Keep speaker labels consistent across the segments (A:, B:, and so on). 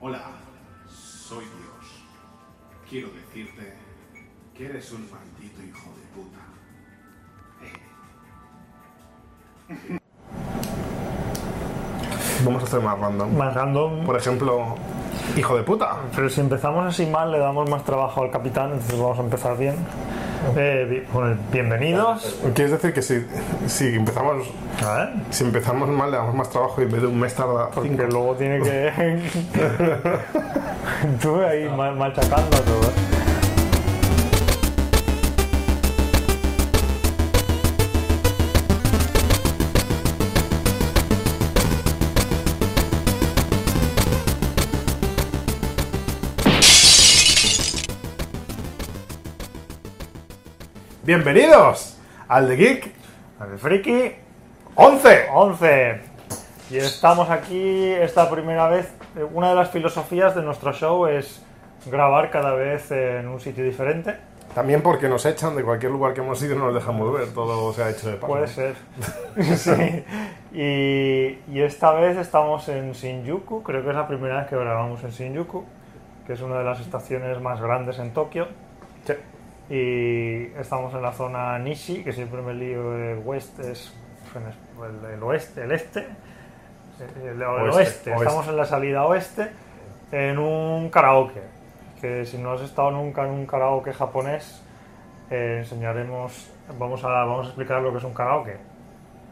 A: Hola, soy Dios. Quiero decirte que eres un maldito hijo de puta.
B: Vamos a hacer más random.
C: Más random.
B: Por ejemplo, hijo de puta.
C: Pero si empezamos así mal, le damos más trabajo al capitán, entonces vamos a empezar bien. Eh, bi- con el bienvenidos.
B: ¿Quieres decir que si, si empezamos
C: A ver,
B: si empezamos mal le damos más trabajo y en vez de un mes tarda cinco?
C: porque luego tiene que. Tú ahí ma- machacando todo. ¿eh?
B: ¡Bienvenidos al The Geek
C: A ver, friki,
B: 11!
C: 11. Y estamos aquí esta primera vez. Eh, Una de las filosofías de nuestro show es grabar cada vez en un sitio diferente.
B: También porque nos echan de cualquier lugar que hemos ido y no nos dejan volver, todo se ha hecho de paso.
C: Puede ser. sí. Y, y esta vez estamos en Shinjuku, creo que es la primera vez que grabamos en Shinjuku, que es una de las estaciones más grandes en Tokio.
B: Sí.
C: Y estamos en la zona Nishi, que siempre me lío, el West es el, el oeste, el este, Eh, el, el
B: Oeste,
C: oeste, Estamos
B: oeste.
C: en la salida oeste, en un karaoke. Que si no has estado nunca en un karaoke japonés, eh, enseñaremos, vamos a, vamos a explicar lo que es un karaoke.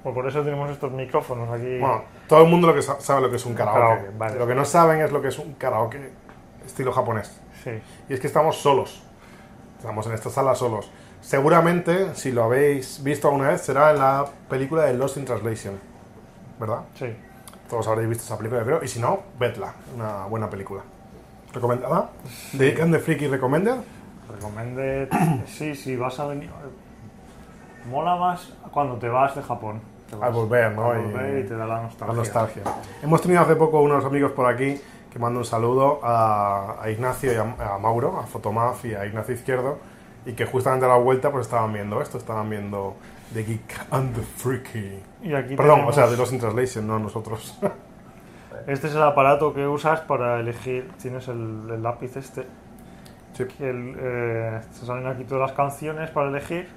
C: Pues por eso tenemos estos micrófonos aquí.
B: Bueno, todo el mundo lo que sa- sabe lo que es un karaoke.
C: Karaoke, vale.
B: Lo que no saben es lo que es un karaoke estilo japonés.
C: Sí.
B: Y es que estamos solos. Estamos en esta sala solos. Seguramente, si lo habéis visto alguna vez, será en la película de Lost in Translation. ¿Verdad?
C: Sí.
B: Todos habréis visto esa película, yo creo. Y si no, vedla. Una buena película. ¿Recomendada? ¿De Geek and the Freaky Recommended?
C: Pues, Recomendé. sí, sí, vas a venir. Mola más cuando te vas de Japón. Te vas-
B: Al volver, ¿no?
C: al
B: Y-
C: volver y te da la
B: La
C: nostalgia.
B: nostalgia. Hemos tenido hace poco unos amigos por aquí que mando un saludo a, a Ignacio y a, a Mauro, a Fotomaf y a Ignacio Izquierdo, y que justamente a la vuelta pues estaban viendo esto, estaban viendo The Geek and the Freaky.
C: Y aquí
B: Perdón,
C: tenemos-
B: o sea, de los in Translation, no nosotros.
C: Este es el aparato que usas para elegir. Tienes el, el lápiz este.
B: Sí.
C: Que el, eh, te salen aquí todas las canciones para elegir.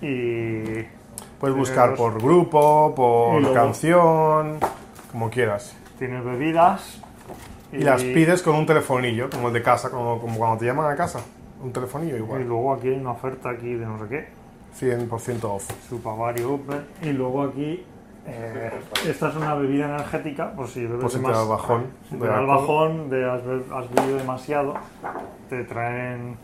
C: Y.
B: Puedes buscar
C: Tenemos-
B: por grupo,
C: Y
B: por
C: luego-
B: canción, como quieras.
C: Tienes bebidas.
B: Y las pides con un telefonillo, como el de casa, como, como cuando te llaman a casa. Un telefonillo
C: Y
B: igual.
C: luego aquí hay una oferta aquí de no sé qué.
B: 100% off.
C: Supavari Open. Y luego aquí. eh, esta es una bebida energética, por si bebes
B: Por si te
C: más-
B: da el bajón.
C: si te da
B: de
C: el
B: alcohol.
C: ah, bajón de has, be- has bebido demasiado, te traen.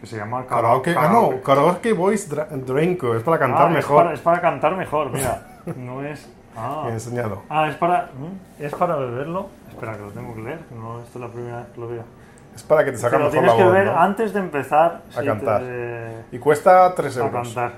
C: que se llama kara-
B: Karaoke. Ah, no, Karaoke Boys Dra- Drenko. Es para cantar
C: Ah,
B: mejor.
C: Es para, es para cantar mejor, mira. No es.
B: Me he
C: Ah,
B: enseñado.
C: Ah, es para. ¿Mm? ¿Es para beberlo? Espera, que lo tengo que leer, que no, esto es la primera vez que lo veo.
B: Es para que te
C: Pero
B: sacan
C: lo
B: mejor
C: tienes
B: la
C: que
B: voz.
C: ver
B: ¿no?
C: antes de empezar si te-
B: cantar. Y cuesta 3
C: a
B: euros.
C: cantar.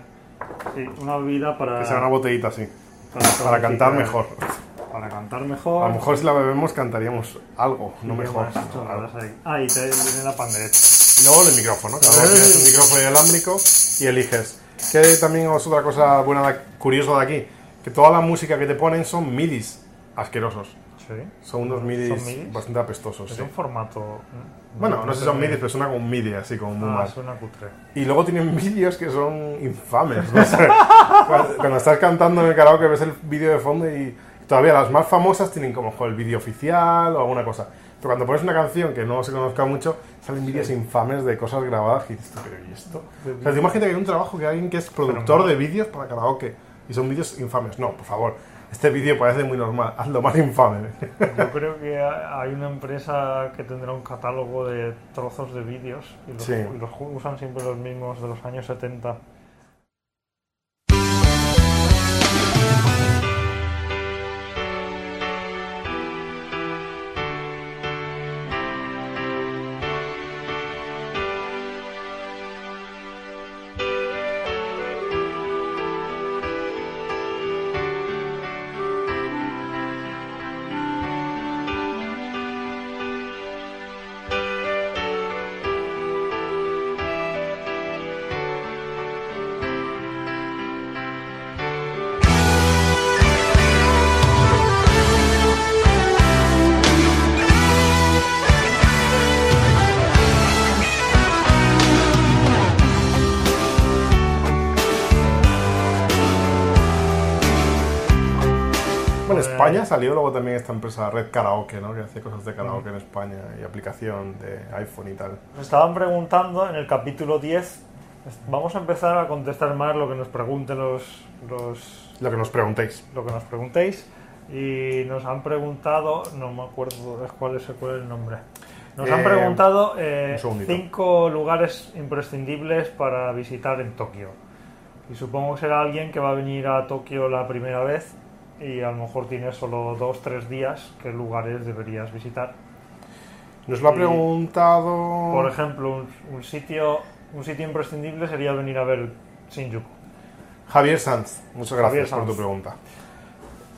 C: Sí, una bebida para.
B: Que sea una botellita así.
C: para
B: Para cantar
C: tonificar.
B: mejor.
C: eh, Para cantar mejor.
B: A lo mejor si la bebemos cantaríamos algo, no
C: Y
B: mejor.
C: demás chorradas ahí. Ah, y te viene la pandereta.
B: Y luego el micrófono. Cada uno tienes un micrófono inalámbrico y eliges. Que también es otra cosa buena, de- curiosa de aquí. Que toda la música que te ponen son midis asquerosos.
C: Sí.
B: Son unos midis,
C: midis?
B: bastante apestosos.
C: Es
B: sí.
C: un formato.
B: Bueno, no sé si son midis, pero suena como un midi, así como muy
C: Ah,
B: mal.
C: suena cutre.
B: Y luego tienen vídeos que son infames. no sé. cuando, cuando estás cantando en el karaoke ves el vídeo de fondo y todavía las más famosas tienen como jo, el vídeo oficial o alguna cosa. Pero cuando pones una canción que no se conozca mucho, salen vídeos infames de cosas grabadas que dices, tú, pero ¿y esto? O sea, tú imagínate que hay un trabajo que hay alguien que es productor de vídeos para karaoke y son vídeos infames. No, por favor, este vídeo parece muy normal, hazlo más infame.
C: Yo creo que ha- hay una empresa que tendrá un catálogo de trozos de vídeos y los,
B: Sí.
C: y los ju- usan siempre los mismos de los años 70.
B: España salió luego también esta empresa Red Karaoke, ¿no? Que hacía cosas de karaoke en España y aplicación de iPhone y tal.
C: Nos estaban preguntando en el capítulo 10. es- Vamos a empezar a contestar más lo que nos pregunten los, los-
B: Lo que nos preguntéis.
C: lo que nos preguntéis. Y nos han preguntado, no me acuerdo de cuál es, cuál es el nombre. Nos han
B: Eh,
C: preguntado eh,
B: un segundito.
C: cinco lugares imprescindibles para visitar en Tokio. Y supongo que será alguien que va a venir a Tokio la primera vez y a lo mejor tiene solo dos, tres días. ¿Qué lugares deberías visitar?
B: Nos lo ha
C: Y-
B: preguntado.
C: Por ejemplo, un, un sitio un sitio imprescindible sería venir a ver Shinjuku.
B: Javier Sanz, muchas
C: Javier
B: gracias por
C: Sanz.
B: tu pregunta.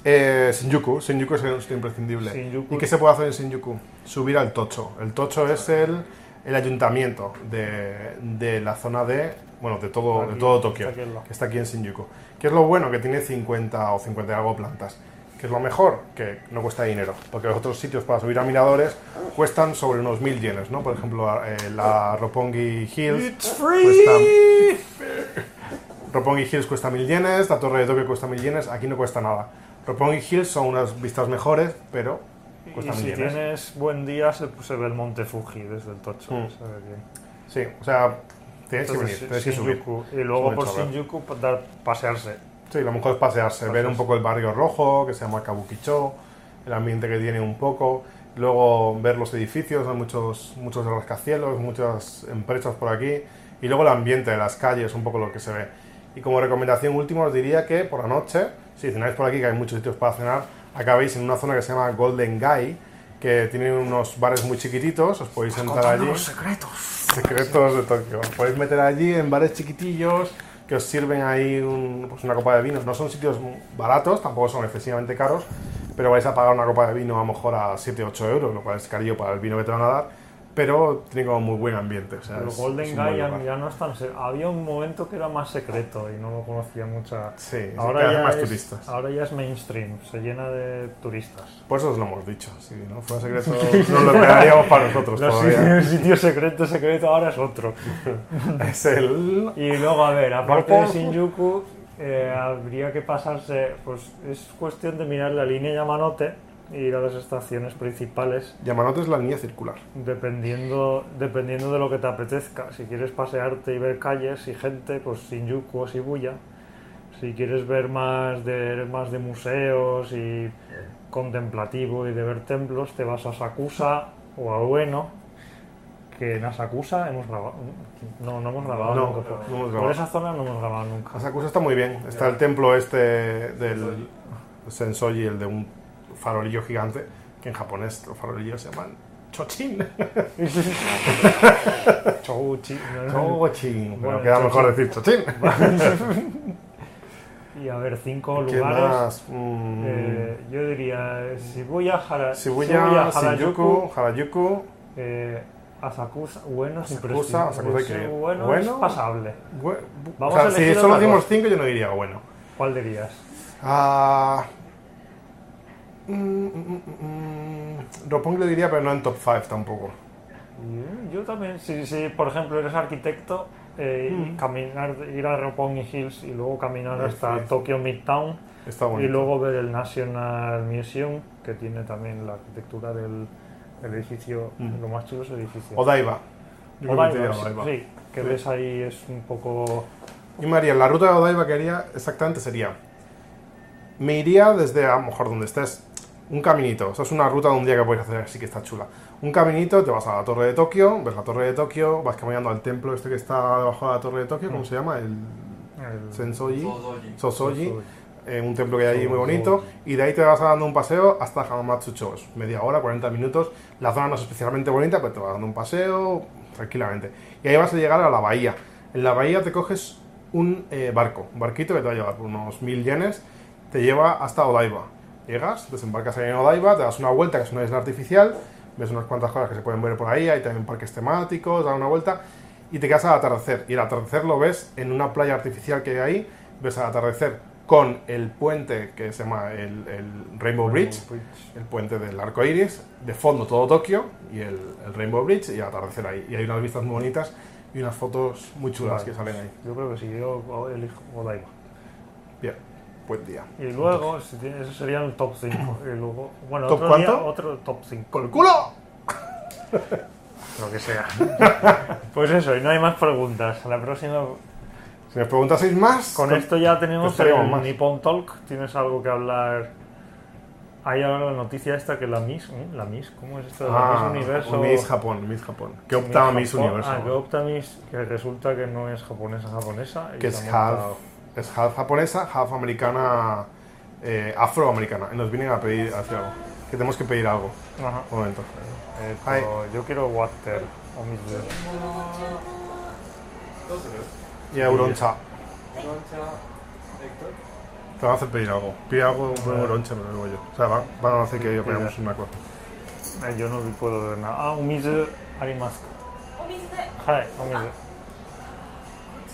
B: Eh, Shinjuku, Shinjuku es el sitio imprescindible.
C: Shinjuku.
B: ¿Y qué se puede hacer en Shinjuku? Subir al Tocho. El Tocho es el, el ayuntamiento de, de la zona de, bueno, de todo,
C: Aquí,
B: de todo Tokio,
C: está aquí al lado.
B: que está aquí en Shinjuku. ¿Qué es lo bueno? Que tiene 50 o 50 y algo plantas. ¿Qué es lo mejor? Que no cuesta dinero, porque los otros sitios para subir a miradores cuestan sobre unos 1000 yenes, ¿no? Por ejemplo, a- eh, la Roppongi Hills free. Roppongi Hills cuesta mil yenes, la Torre de Tokio cuesta mil yenes, aquí no cuesta nada. Roppongi Hills son unas vistas mejores, pero
C: Y
B: cuesta mil
C: si
B: yenes.
C: tienes buen día se, pues, se ve el monte Fuji desde el tocho.
B: Mm.
C: se ve bien.
B: Sí, o sea, tienes que
C: Entonces,
B: venir, tienes que subir. Ah,
C: Shinjuku. Y luego
B: Sube
C: por
B: chaval.
C: Shinjuku pa- dar, pasearse.
B: Sí, lo mejor es pasearse, ver
C: Pasearse.
B: un poco el barrio rojo, que se llama Kabukicho, el ambiente que tiene un poco, luego ver los edificios, hay muchos, muchos rascacielos, muchas empresas por aquí, y luego el ambiente de las calles, un poco lo que se ve. Y como recomendación última os diría que por la noche, si cenáis por aquí, que hay muchos sitios para cenar, acabéis en una zona que se llama Golden Guy, que tiene unos bares muy chiquititos, os podéis sentar allí.
C: secretos.
B: Secretos de Tokio. Os Podéis meter allí en bares chiquitillos que os sirven ahí un- pues una copa de vino. No son sitios baratos, tampoco son excesivamente caros, pero vais a pagar una copa de vino a lo mejor a 7-8 euros, lo cual es carillo para el vino que te van a dar, pero tiene como muy buen ambiente. o sea,
C: Pero
B: es-
C: Golden
B: es un buen
C: Guy ya,
B: lugar.
C: ya no es tan se- Había un momento que era más secreto y no lo conocía mucha.
B: Sí, sí,
C: ahora
B: cada vez
C: ya
B: más
C: es, Ah.
B: turistas.
C: Ahora ya es mainstream, se llena de turistas.
B: Por eso os lo hemos dicho. Si no fuera secreto, nos lo quedaríamos para nosotros
C: Los
B: todavía.
C: sitios- el sitio secreto, secreto ahora es otro.
B: Es el.
C: Y luego, a ver, aparte de
B: Vamos.
C: Shinjuku, eh, habría que pasarse, pues es cuestión de mirar la línea Yamanote e ir a las estaciones principales,
B: Yamanote es la línea circular.
C: dependiendo, dependiendo de lo que te apetezca. Si quieres pasearte y ver calles y gente, pues Shinjuku o Shibuya. Si quieres ver más de, más de museos y contemplativo y de ver templos, te vas a Sakusa o a Ueno. Que en Asakusa hemos grabado. No, no hemos grabado
B: No,
C: nunca.
B: no
C: por-
B: hemos grabado.
C: Por esa zona no hemos grabado nunca.
B: Asakusa está muy bien. Está el templo este del Sensoji, el de un farolillo gigante, que en japonés los farolillos se llaman Chochin.
C: Chouchi.
B: Chochin.
C: Bueno,
B: Pero queda mejor
C: Chochin.
B: decir Chochin.
C: Y a ver, cinco
B: ¿Qué
C: lugares.
B: más? Mm,
C: eh, yo diría Shibuya, Hara,
B: Shibuya, Shinjuku,
C: Harajuku,
B: Harajuku.
C: eh, Asakusa. Bueno, es
B: Asakusa,
C: imprescindible.
B: Asakusa hay que ir.
C: Bueno,
B: Bueno.
C: es pasable.
B: Gue-
C: Vamos
B: o sea,
C: a
B: si
C: elegir
B: solo
C: otra
B: decimos
C: cosa.
B: cinco, yo no diría bueno.
C: ¿Cuál dirías?
B: Ah, mm, mm, mm, mm, Roppongi lo diría, pero no en top 5 tampoco.
C: Yo- Yo también, si, si por ejemplo eres arquitecto, eh,
B: Mm.
C: y caminar, ir a Roppongi Hills y luego caminar
B: Sí,
C: hasta
B: sí.
C: Tokyo Midtown.
B: Está bonito.
C: Y luego ver el National Museum, que tiene también la arquitectura del, del edificio,
B: Mm.
C: lo más chulo es el edificio.
B: Odaiba. Yo creo que
C: Odaiba,
B: diría
C: sí,
B: Odaiba.
C: sí, que
B: Sí.
C: ves ahí es un poco...
B: Y María, la ruta de Odaiba que haría exactamente sería. Me iría desde a lo mejor donde estés. Un caminito. Eso es una ruta de un día que puedes hacer, así que está chula. Un caminito, te vas a la Torre de Tokio, ves la Torre de Tokio, vas caminando al templo este que está debajo de la Torre de Tokio, ¿cómo se llama? El
C: el-
B: Sensoji.
D: Sodoji.
B: Sosoji. eh, un templo que hay allí muy bonito, y de ahí te vas dando un paseo hasta Hamamatsucho, es media hora, 40 minutos, la zona no es especialmente bonita, pero te vas dando un paseo tranquilamente, y ahí vas a llegar a la bahía, en la bahía te coges un eh, barco, un barquito que te va a llevar por unos mil yenes, te lleva hasta Odaiba, llegas, desembarcas ahí en Odaiba, te das una vuelta, que es una isla artificial, ves unas cuantas cosas que se pueden ver por ahí, hay también parques temáticos, das una vuelta, y te quedas al atardecer. Y el atardecer lo ves en una playa artificial que hay ahí, ves al atardecer con el puente que se llama el, el Rainbow Bridge, el puente del arco iris, de fondo todo Tokio y el, el Rainbow Bridge y el atardecer ahí. Y hay unas vistas muy bonitas y unas fotos muy chulas
C: Vale.
B: que salen ahí.
C: Yo creo que sí, yo elijo Odaiba.
B: Bien. Buen día.
C: Y luego, si tiene- eso sería un top 5. Y luego, bueno,
B: ¿Top
C: otro día,
B: cuánto?
C: otro top 5,
B: ¡Con el culo!
C: lo que sea. pues eso, y no hay más preguntas. La próxima,
B: Si nos preguntaseis más,
C: con esto ya tenemos
B: pues tenemos
C: el
B: más.
C: Nippon Talk. ¿Tienes algo que hablar? Hay ahora la noticia esta que la Miss, ¿eh? ¿la Miss? ¿Cómo es esto? de La
B: Ah,
C: Miss Universo.
B: Miss Japón, Miss Japón. Que
C: Miss
B: optaba Miss
C: Japón.
B: Universo.
C: Ah, que opta Miss, que resulta que no es japonesa japonesa. y
B: que
C: se
B: es
C: ha
B: half,
C: montado-
B: es half japonesa, half americana, eh, afroamericana. Y nos vienen a pedir a hacer algo. Que tenemos que pedir algo.
C: Ajá.
B: Un momento.
C: Eh,
B: Hi.
C: pero yo quiero water o misu.
B: Y Euroncha. Te van a hacer pedir algo. Pide algo, un Euroncha, me lo digo yo. O sea, van, van a hacer que yo pegamos una cosa.
C: Eh, yo no puedo ver nada. Ah, un misu arimasu.
D: お水で
C: Hi, o misu.
D: こ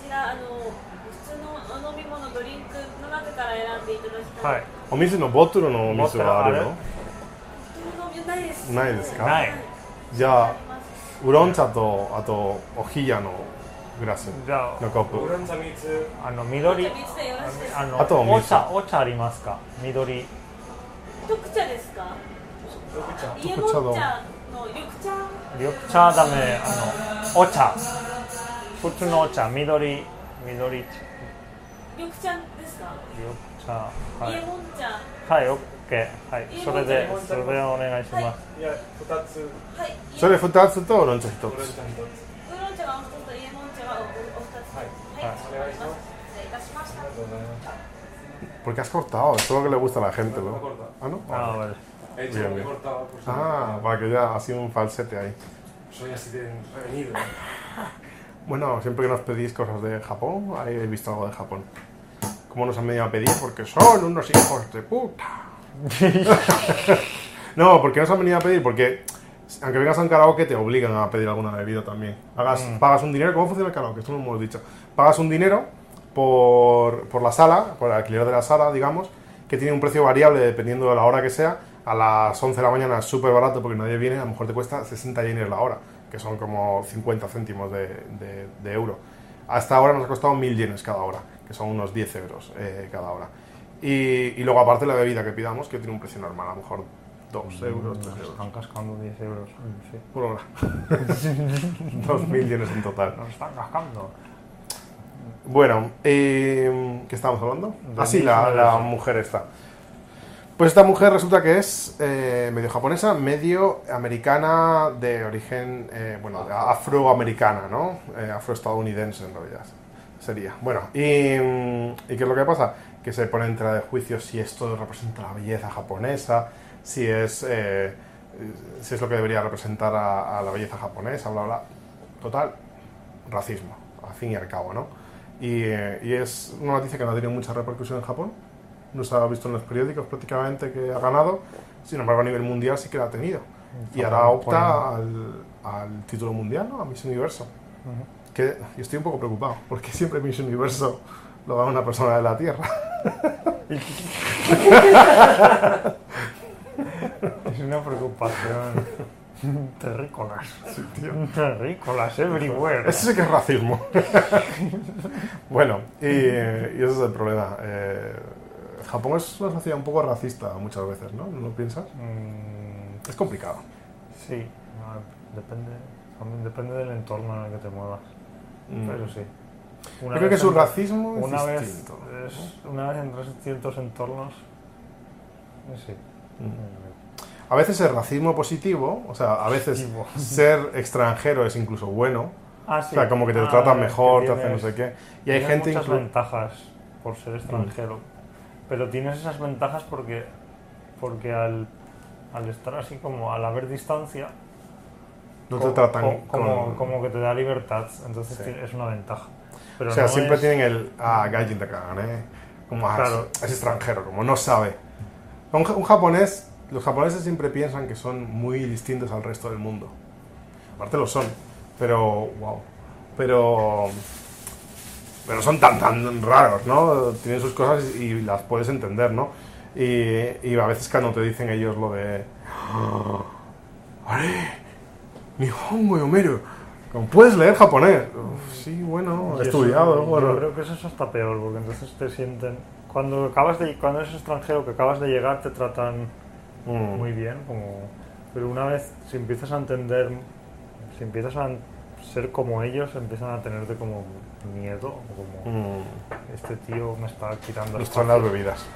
D: ちらあの普通のお飲み物ドリンクの中から選んでいただきた
C: Hi.
D: い。
B: お水のボトルのお水はある
C: ボトルあ
B: の
C: る
D: 普通のないです。
B: ないですか
C: ない
B: じゃあ
D: あり、ます
B: ウロン茶と、あと、おひやのグラス
C: じゃ
B: のコッ
E: オ
B: プ。
E: ランジャミツ
C: あ、あの、緑
D: じゃ、あ水でよろしいです
C: あ
D: か。
C: の、
B: あとは
C: お
B: 水
C: 茶、お茶ありますか緑。
D: 緑茶ですか。
E: 緑茶
D: イエロー茶の緑茶。
C: 緑茶ダメ、あの、お茶。普通のお茶、緑、緑茶。
D: 緑茶ですか。
C: 緑茶。は
D: イエ
C: い。
D: モン茶。
C: はい、オッケー。はい、それで、それでお願いします。
E: いや二つ
D: はい。
B: それ
D: ウー
B: 2つとウロン茶1
E: オラン
B: つ。
E: ジャ一つ
D: ロン茶はお一つとイエモン茶はおお二つ。
E: はい
D: はい。
E: お願いします
D: 失礼いたしました
E: ありが。とうございます
B: ¿Por qué has cortado? Eso es lo que le gusta a la gente,
E: No, no
B: ¿no?
E: corta.
B: Ah, ¿no?
C: Ah, vale.
E: He hecho
B: Bien,
E: lo que
B: bien.
E: cortaba por su-
B: Ah, para que ya ha sido un falsete ahí.
E: Soy así de revenido.
B: Bueno, siempre que nos pedís cosas de Japón, ahí he visto algo de Japón. ¿Cómo nos han venido a pedir? Porque son unos hijos de puta. No, ¿por qué nos han venido a pedir? Porque aunque vengas a un karaoke te obligan a pedir alguna bebida también. Hagas- Pagas un dinero, ¿cómo funciona el karaoke? Esto no lo hemos dicho. Pagas un dinero por, por la sala, por el alquiler de la sala, digamos, que tiene un precio variable dependiendo de la hora que sea. A las 11 de la mañana es súper barato porque nadie viene, a lo mejor te cuesta 60 yenes la hora, que son como 50 céntimos de, de- de euro. Hasta ahora nos ha costado 1000 yenes cada hora, que son unos 10 euros eh, cada hora. Y, y luego aparte la bebida que pidamos, que tiene un precio normal, a lo mejor 2 euros, 3 euros.
C: Están cascando 10 euros. Mm, sí.
B: Por hora. 2.000 yenes en total.
C: Nos están cascando.
B: Bueno, eh, ¿qué estábamos hablando?
C: De
B: Ah, sí,
C: Miss
B: la, la
C: Universo.
B: mujer esta. Pues esta mujer resulta que es eh, medio japonesa, medio americana de origen, eh, bueno, de afroamericana, ¿no? Eh, afroestadounidense en realidad sería. Bueno, y, mm, ¿y qué es lo que pasa? Que se pone en tela de juicio si esto representa la belleza japonesa, si es, eh, si es lo que debería representar a, a la belleza japonesa, bla, bla. Total, racismo, al fin y al cabo, ¿no? Y, eh, y es una noticia que no ha tenido mucha repercusión en Japón, no se ha visto en los periódicos prácticamente que ha ganado, sin embargo a nivel mundial sí que la ha tenido. Y ahora opta al, al título mundial, ¿no? A Miss Universo. Que yo estoy un poco preocupado, porque siempre Miss Universo lo da una persona de la Tierra.
C: Es una preocupación. Terrícolas.
B: Sí, tío.
C: Terrícolas everywhere.
B: Eso sí que es racismo. bueno, y, eh, y ese es el problema. Eh, Japón es una sociedad un poco racista muchas veces, ¿no? ¿No lo piensas?
C: Mm,
B: Es complicado.
C: sí, no, depende, también depende del entorno en el que te muevas. Pero sí.
B: Mm. Yo
C: Una
B: creo que
C: vez
B: su
C: en-
B: racismo es
C: una vez,
B: distinto. ¿no?
C: es- una vez en ciertos entornos. eh, Sí.
B: A veces el racismo positivo, o sea, a veces
C: Positivo.
B: ser extranjero es incluso bueno.
C: Ah,
B: O
C: sí.
B: sea, como que te
C: Ah,
B: tratan
C: que
B: mejor, te
C: tienes-
B: hacen no sé qué. Y hay
C: Tienes
B: gente
C: muchas
B: inclu- Mm.
C: ventajas por ser extranjero, pero tienes esas ventajas porque, porque al, al estar así como al haber distancia,
B: no
C: co-
B: te tratan
C: co- como,
B: con-
C: como que te da libertad, entonces
B: Sí.
C: ti- es una ventaja. Pero
B: o sea,
C: no
B: siempre
C: es-
B: tienen el. Ah, Gaijin Takagan, ¿eh? Como ah,
C: Claro.
B: es, es extranjero, como no sabe. Un, ja- un japonés. Los japoneses siempre piensan que son muy distintos al resto del mundo. Aparte lo son, pero. ¡Wow! Pero. Pero son tan, tan raros, ¿no? Tienen sus cosas y, y las puedes entender, ¿no? Y, y a veces cuando te dicen ellos lo de. ¡Ah! ¡Are! ¡Nihongo yomeru! Como, ¿Puedes leer japonés? Uf, sí, bueno,
C: Y
B: he
C: eso-
B: estudiado.
C: Yo
B: Bueno.
C: creo que eso es hasta peor, porque entonces te sienten. Cuando acabas de cuando eres extranjero que acabas de llegar te tratan
B: Mm.
C: muy bien, como pero una vez si empiezas a entender, si empiezas a ser como ellos, empiezan a tenerte como miedo, o como
B: Mm.
C: este tío me está quitando espacio".
B: Nuestras las bebidas.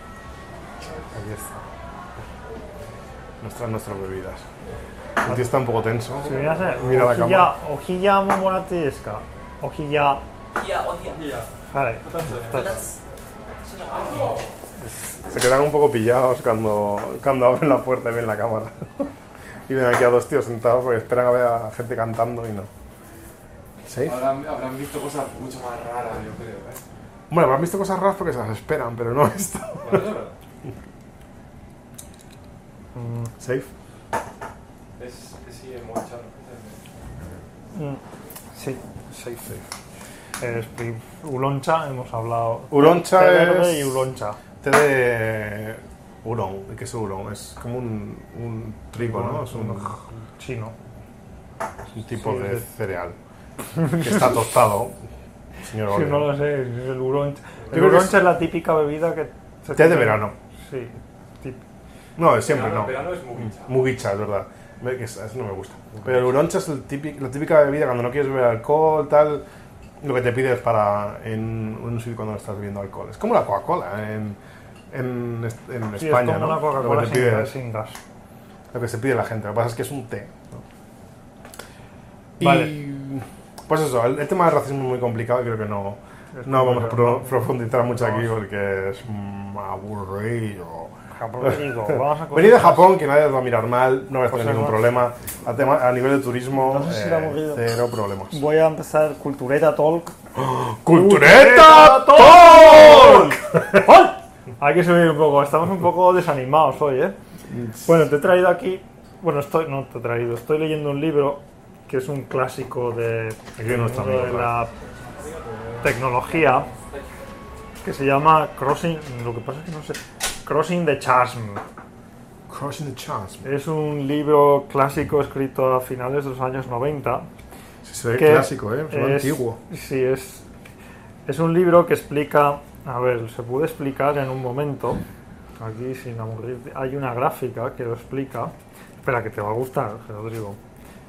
C: Aquí está.
B: Nuestras nuestras bebidas. El tío está un poco tenso.
C: Si miras, eh,
B: Mira la
C: Ojiya,
B: cámara.
C: Ojiya Momorateska. Ojiya.
F: いや、お部屋。
E: いいや
C: Vale.
F: 二つ。
B: Se quedan un poco pillados cuando, cuando abren la puerta y ven la cámara. y ven aquí a dos tíos sentados porque esperan a ver a gente cantando y no. ¿Sí?
E: habrán, habrán visto cosas mucho más raras, yo creo, ¿eh?
B: Bueno, habrán visto cosas raras porque se las esperan, pero no esto.
E: Bueno,
C: Mm.
B: Safe.
E: es, es sí, es muy chano.
C: Mm, Sí, safe, safe. Eh, Spring- Uloncha, hemos hablado.
B: Uloncha
C: Té verde
B: es-
C: y Uloncha.
B: Té de hurón, ¿qué es hurón? Es como un, un trigo, ¿no? Es un,
C: chino.
B: un tipo
C: Sí,
B: de
C: es-
B: cereal que está tostado. Señor
C: Sí,
B: Oleo.
C: no lo sé, es el Uloncha. El
B: creo que
C: Uloncha
B: es-
C: es... la típica bebida que. se
B: Té de
C: toma-
B: verano.
C: Sí. tip-
B: No, es siempre
E: verano,
B: no.
E: verano es muy chano.
B: Mugicha, es verdad. Ve que Eso eso no me gusta. Pero el uroncha es el típico- la típica bebida cuando no quieres beber alcohol, tal. Lo que te pides para en un sitio cuando no estás bebiendo alcohol. Es como la Coca-Cola en, en, est- en
C: Sí, es
B: España,
C: como
B: ¿no?
C: una
B: Lo
C: Coca-Cola
B: que te
C: sin,
B: pides-
C: sin gas.
B: lo que se pide la gente. Lo que pasa es que es un té. ¿no?
C: Vale.
B: Y, pues eso, el, el tema del racismo es muy complicado y creo que no,
C: Es
B: no vamos a
C: complicado,
B: pro-
C: ¿no?
B: profundizar mucho aquí
C: Vamos.
B: porque es mm, aburrido.
C: Japón, digo, vamos a
B: Venid de
C: cosas-
B: Japón, que nadie os va a mirar mal, no vais a
C: Pues
B: tener ningún
C: no.
B: problema. A, tema- a nivel de turismo,
C: No sé si era
B: eh,
C: aburrido.
B: cero problemas.
C: Voy a empezar Cultureta Talk.
B: ¡Cultureta Talk!
C: ¡Ay! Hay que subir un poco, estamos un poco desanimados hoy, ¿eh? Bueno, te he traído aquí. Bueno, estoy, no te he traído, estoy leyendo un libro que es un clásico de,
B: Aquí no está
C: del mundo
B: amigo,
C: de la tecnología que se llama Crossing. Lo que pasa es que no sé. Crossing the Chasm.
B: Crossing the Chance.
C: Es un libro clásico escrito a finales de los años 90
B: Sí, se ve
C: que
B: clásico, ¿eh? Se ve
C: es-
B: antiguo.
C: Sí, es, es un libro que explica, a ver, se puede explicar en un momento, aquí sin aburrirte, hay una gráfica que lo explica, espera que te va a gustar, Rodrigo,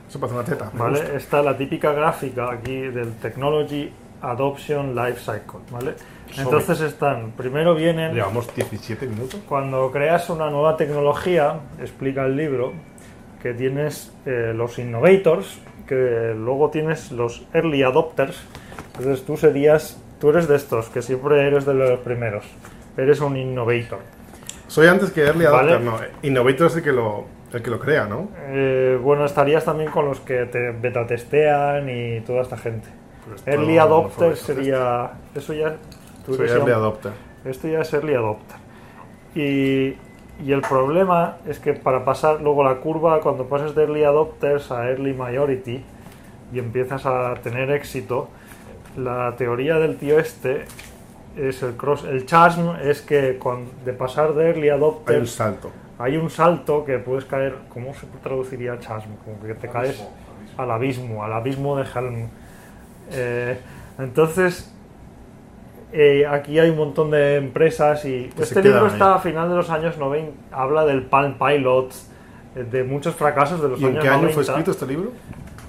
B: Eso parece una teta. me gusta.
C: ¿vale? Está la típica gráfica aquí del Technology Adoption Life Cycle, ¿vale? Entonces están, primero vienen
B: Llevamos 17 minutos.
C: cuando creas una nueva tecnología, explica el libro, que tienes eh, los innovators, que luego tienes los early adopters. Entonces tú serías, tú eres de estos, que siempre eres de los primeros. Eres un innovator.
B: Soy antes que Early Adopter,
C: Vale.
B: no. Innovator es el que lo, el que lo crea, ¿no?
C: Eh, bueno, estarías también con los que te beta testean y toda esta gente.
B: Pero esto
C: Early
B: Pues no
C: adopter
B: fue- este.
C: sería. Eso ya. tú
B: Soy
C: eres
B: Early
C: ya-
B: Adopter.
C: Esto ya es early adopter. Y, y el problema es que para pasar luego la curva, cuando pasas de early adopters a early majority y empiezas a tener éxito, la teoría del tío este es el cross. El chasm es que cuan- de pasar de early
B: Hay un
C: adopters
B: salto.
C: hay un salto que puedes caer. ¿Cómo se traduciría chasm? Como que te caes al abismo, al abismo de Helm. Eh, entonces, eh, aquí hay un montón de empresas y
B: Que se
C: este libro
B: quedan
C: está
B: ahí.
C: a final de los años 90, habla del Palm Pilot, eh, de muchos fracasos de los
B: ¿Y
C: años
B: en qué año
C: 90,
B: fue escrito este libro?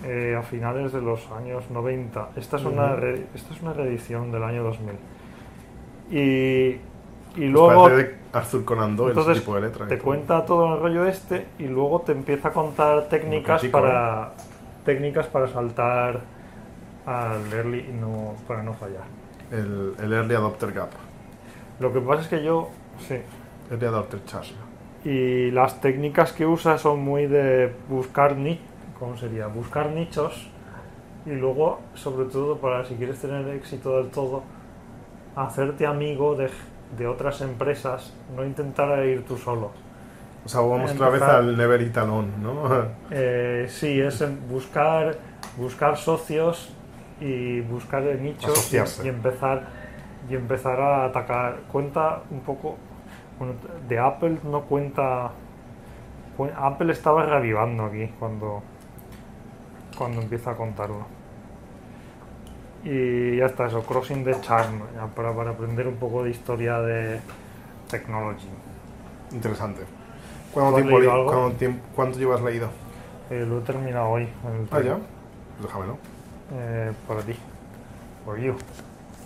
C: eh, a finales de los años 90. Esta es una, re- esta es una reedición del año 2000. Y, y
B: Pues
C: luego
B: parece de Arthur Conan Doyle, ese
C: entonces
B: tipo de letra. ¿eh? y
C: te
B: todo.
C: cuenta todo el rollo este y luego te empieza a contar técnicas
B: Muy clásico,
C: para técnicas para saltar al early y no para no fallar.
B: El, el Early Adopter Gap.
C: Lo que pasa es que yo sí
B: Early Adopter Chasm.
C: y las técnicas que usa son muy de buscar ni cómo sería buscar nichos y luego sobre todo para si quieres tener éxito del todo hacerte amigo de, de otras empresas no intentar ir tú solo.
B: O sea, vamos
C: Empezar.
B: otra vez al Never Eat Alone, ¿no?
C: Eh, sí, es en buscar, buscar socios y buscar eh, nichos
B: Asociarse.
C: y, y empezar y empezar a atacar. Cuenta un poco bueno, de Apple no cuenta. cu- Apple estaba reavivando aquí cuando cuando empieza a contarlo. Y ya está, eso, Crossing the Chasm, ya para, para aprender un poco de historia de technology.
B: Interesante. ¿Cuánto
C: has
B: tiempo,
C: leído
B: li-
C: algo?
B: cuánto tiemp- cuánto llevas leído?
C: Eh, lo he terminado hoy. en el
B: Ah,
C: tren.
B: ya. Pues déjamelo.
C: Eh, para ti. For you.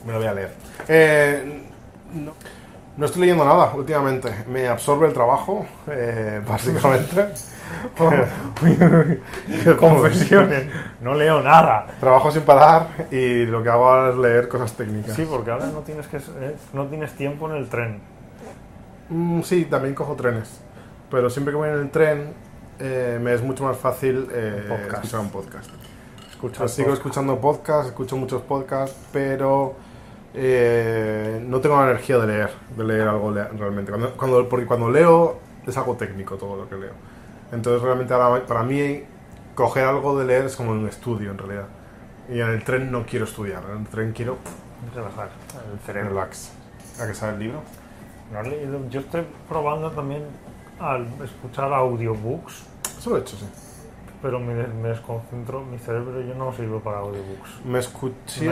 B: Me lo voy a leer. Eh, no, no estoy leyendo nada últimamente. Me absorbe el trabajo, eh, básicamente.
C: Confesiones. No leo nada.
B: trabajo sin parar y lo que hago ahora es leer cosas técnicas.
C: Sí, porque ahora no tienes, que, eh, no tienes tiempo en el tren.
B: Mm, sí, también cojo trenes. Pero siempre que voy en el tren eh, me es mucho más fácil eh,
C: Podcast.
B: escuchar un podcast.
C: Escuchar
B: Pues sigo
C: podcast.
B: escuchando podcasts, escucho muchos podcasts, pero eh, no tengo la energía de leer, de leer algo le- realmente. Cuando, cuando- porque cuando leo es algo técnico todo lo que leo. Entonces realmente ahora para mí coger algo de leer es como un estudio en realidad. Y en el tren no quiero estudiar, en el tren quiero
C: Relajar el cerebro.
B: relax. ¿A que sabe el libro?
C: No he leído- Yo estoy probando también al escuchar audiobooks,
B: Eso lo he hecho, sí.
C: pero me, des- me desconcentro, mi cerebro yo no sirvo para audiobooks. Me
B: Me
C: quedo,
B: escuché...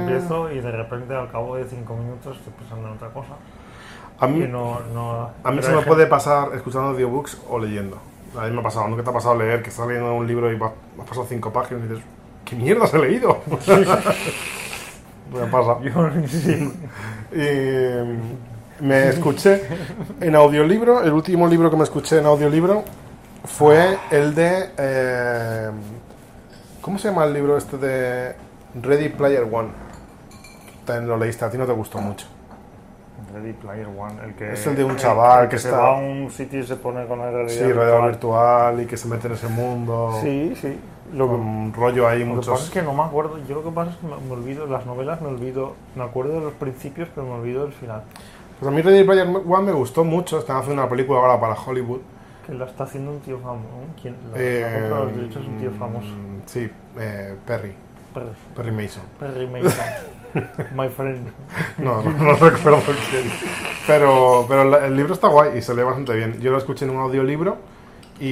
C: empiezo y de repente al cabo de cinco minutos estoy pensando en otra cosa.
B: A
C: Y
B: mí,
C: no, no,
B: A mí
C: pero
B: se
C: hay
B: me
C: gente-
B: puede pasar escuchando audiobooks o leyendo. A mí me ha pasado, nunca te ha pasado leer, que estás leyendo un libro y vas- has pasado cinco páginas y dices, ¿qué mierda he leído? me pasa.
C: Yo, sí.
B: Y me escuché en audiolibro, el último libro que me escuché en audiolibro fue el de... eh, ¿Cómo se llama el libro este de Ready Player One? También lo leíste, a ti no te gustó mucho.
C: Ready Player One, el que
B: Es el de un chaval que
C: se
B: está-
C: va a un sitio y se pone con la realidad.
B: Sí, realidad virtual y que se mete en ese mundo.
C: Sí, sí. Lo que,
B: un rollo ahí
C: lo que
B: muchos
C: pasa es que no me acuerdo. Yo lo que pasa es que me, me olvido las novelas, me olvido. Me acuerdo de los principios, pero me olvido del final.
B: pues a mí Ready Player One me gustó mucho están haciendo una película ahora para Hollywood
C: Que la está haciendo un tío famoso. ¿Quién? La,
B: Eh,
C: ha comprado los derechos un tío famoso.
B: mm, sí eh, Perry
C: Perry,
B: Perry Mason
C: Perry Mason. My friend.
B: no, no, no recuerdo quién pero, pero la- el libro está guay y se lee bastante bien yo lo escuché en un audiolibro y,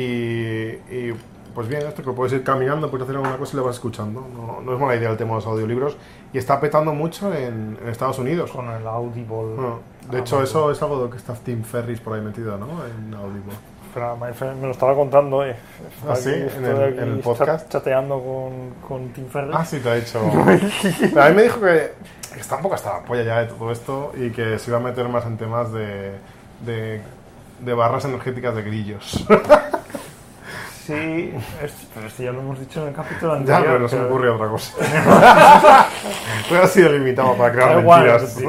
B: y, pues bien esto que puedes ir caminando puedes hacer alguna cosa y lo vas escuchando no, no es mala idea el tema de los audiolibros y está petando mucho en, en Estados Unidos
C: Con el Audible.
B: Bueno, de
C: Ah,
B: hecho,
C: vale.
B: eso es algo de que está Tim Ferris por ahí metido, ¿no? En Audible.
C: Espera, my friend, me lo estaba contando. Eh.
B: Ah, sí, en
C: Estoy
B: el-
C: aquí
B: en el
C: chat-
B: podcast.
C: chateando con, con Tim Ferriss.
B: Ah, sí, te ha dicho. Pero a mí me dijo que, que está un poco hasta la polla ya de todo esto y que se iba a meter más en temas de, de, de barras energéticas de grillos.
C: Sí, es- pero esto ya lo hemos dicho en el capítulo anterior.
B: ya, pero no se me
C: que-
B: ocurre otra cosa. Pero ha sido limitado para crear
C: Da igual,
B: mentiras.
C: sí.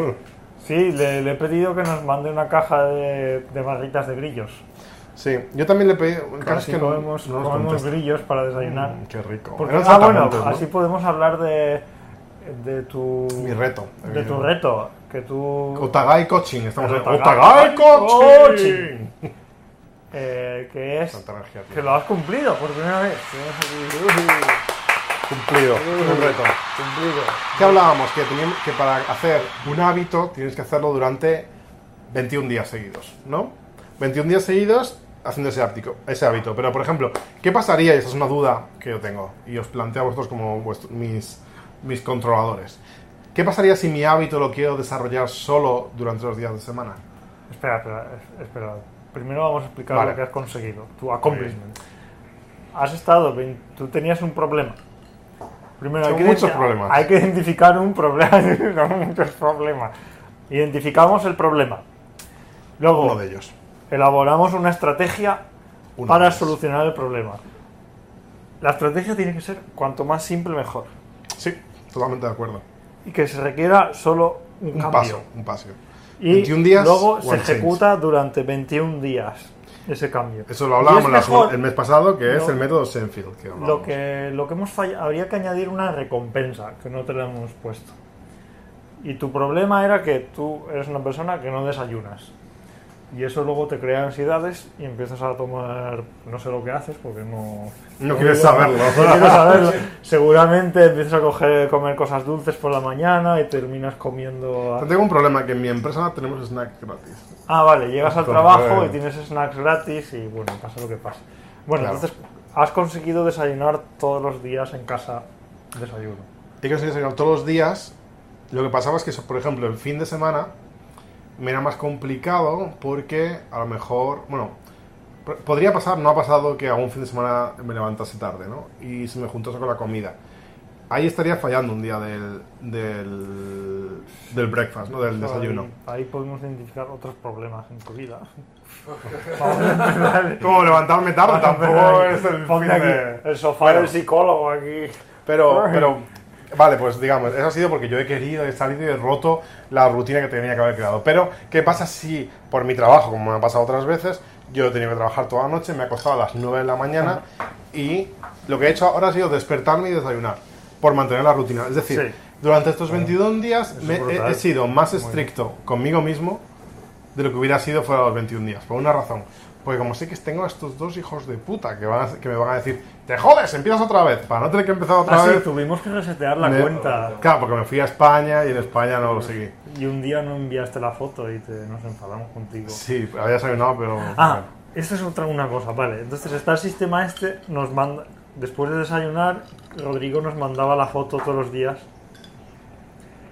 C: Sí, le, le he pedido que nos mande una caja de, de barritas de grillos.
B: Sí, yo también le pedí. El caso es
C: Casi
B: que no,
C: comemos,
B: no nos
C: comemos
B: contesta.
C: grillos para desayunar.
B: Mm, Qué rico.
C: Porque-
B: Eran
C: ah, bueno,
B: saltamontes, ¿no?
C: así podemos hablar de, de tu...
B: Mi reto.
C: De tu reto, que tú...
B: Otagai Coaching. Estamos en
C: Otagai
B: Otagai Coaching.
C: Coaching. eh, que es...
B: Tanta energía, tío.
C: Que lo has cumplido por primera vez.
B: Cumplido, un reto.
C: Cumplido.
B: ¿Qué hablábamos? Que, teníamos- que para hacer un hábito tienes que hacerlo durante 21 días seguidos, ¿no? 21 días seguidos haciendo ese, háptico- ese hábito. Pero, por ejemplo, ¿qué pasaría? Y esa es una duda que yo tengo. Y os planteo a vosotros como vuestro- mis, mis controladores. ¿Qué pasaría si mi hábito lo quiero desarrollar solo durante los días de semana?
C: Espera, espera, es- espera. Primero vamos a explicar
B: Vale.
C: lo que has conseguido, tu accomplishment. Has estado, vein- tú tenías un problema. Primero hay
B: Son
C: que,
B: muchos
C: identi-
B: problemas.
C: hay que identificar un problema, son muchos problemas. Identificamos el problema. Luego
B: Uno de ellos.
C: elaboramos una estrategia
B: Uno
C: para
B: de ellos.
C: solucionar el problema. La estrategia tiene que ser cuanto más simple mejor
B: Sí, totalmente de acuerdo.
C: y que se requiera solo un,
B: Un
C: cambio.
B: paso, un paso.
C: Y
B: 21 días,
C: luego se
B: one change.
C: ejecuta durante 21 días ese cambio.
B: Eso lo hablábamos
C: Y
B: la
C: es mejor
B: semana- el mes pasado, que es
C: lo-
B: el método Senfield. Que
C: Lo
B: hablábamos.
C: que, lo que hemos fallado, habría que añadir una recompensa, que no te la hemos puesto. Y tu problema era que tú eres una persona que no desayunas. Y eso luego te crea ansiedades y empiezas a tomar, no sé lo que haces porque no...
B: No quieres saberlo.
C: No quiero saberlo. Seguramente empiezas a coger, comer cosas dulces por la mañana y terminas comiendo... a-
B: Tengo un problema, que en mi empresa tenemos snacks gratis.
C: Ah, vale, llegas al
B: Entonces,
C: trabajo
B: bueno.
C: y tienes snacks gratis y bueno, pasa lo que pasa. Bueno,
B: Claro.
C: entonces has conseguido desayunar todos los días en casa desayuno.
B: he conseguido desayunar todos los días. Lo que pasaba es que, por ejemplo, el fin de semana me era más complicado porque a lo mejor, bueno, p- podría pasar, no ha pasado que algún fin de semana me levantase tarde, ¿no? Y se me juntase con la comida. Ahí estaría fallando un día del, del, del breakfast, ¿no? Del desayuno.
C: Ahí podemos identificar otros problemas en tu vida.
B: Como levantarme tarde, Ah, tampoco es el fin
C: Ponte
B: de...
C: aquí, el sofá
B: Bueno.
C: del psicólogo aquí.
B: Pero,
C: Ay.
B: pero, vale, pues digamos, eso ha sido porque yo he querido, he salido y he roto la rutina que tenía que haber creado. Pero, ¿qué pasa si por mi trabajo, como me ha pasado otras veces, yo he tenido que trabajar toda la noche, me he acostado a las 9 de la mañana y lo que he hecho ahora ha sido despertarme y desayunar por mantener la rutina? Es decir,
C: Sí.
B: durante estos 21 días
C: eso
B: me-
C: es
B: he,
C: brutal.
B: he sido más
C: Muy bien.
B: estricto conmigo mismo de lo que hubiera sido fuera de los 21 días, por una razón. Porque como sé que tengo a estos dos hijos de puta que, van a- que me van a decir, te jodes, empiezas otra vez, para no tener que empezar otra
C: Ah, sí,
B: vez.
C: tuvimos que resetear la
B: Me-
C: cuenta.
B: Claro, porque me fui a España y en España no lo seguí.
C: Y un día no enviaste la foto y te, nos enfadamos contigo.
B: Sí, había desayunado, pero.
C: Ah, eso es otra una cosa, vale. Entonces está el sistema este, nos manda, después de desayunar, Rodrigo nos mandaba la foto todos los días.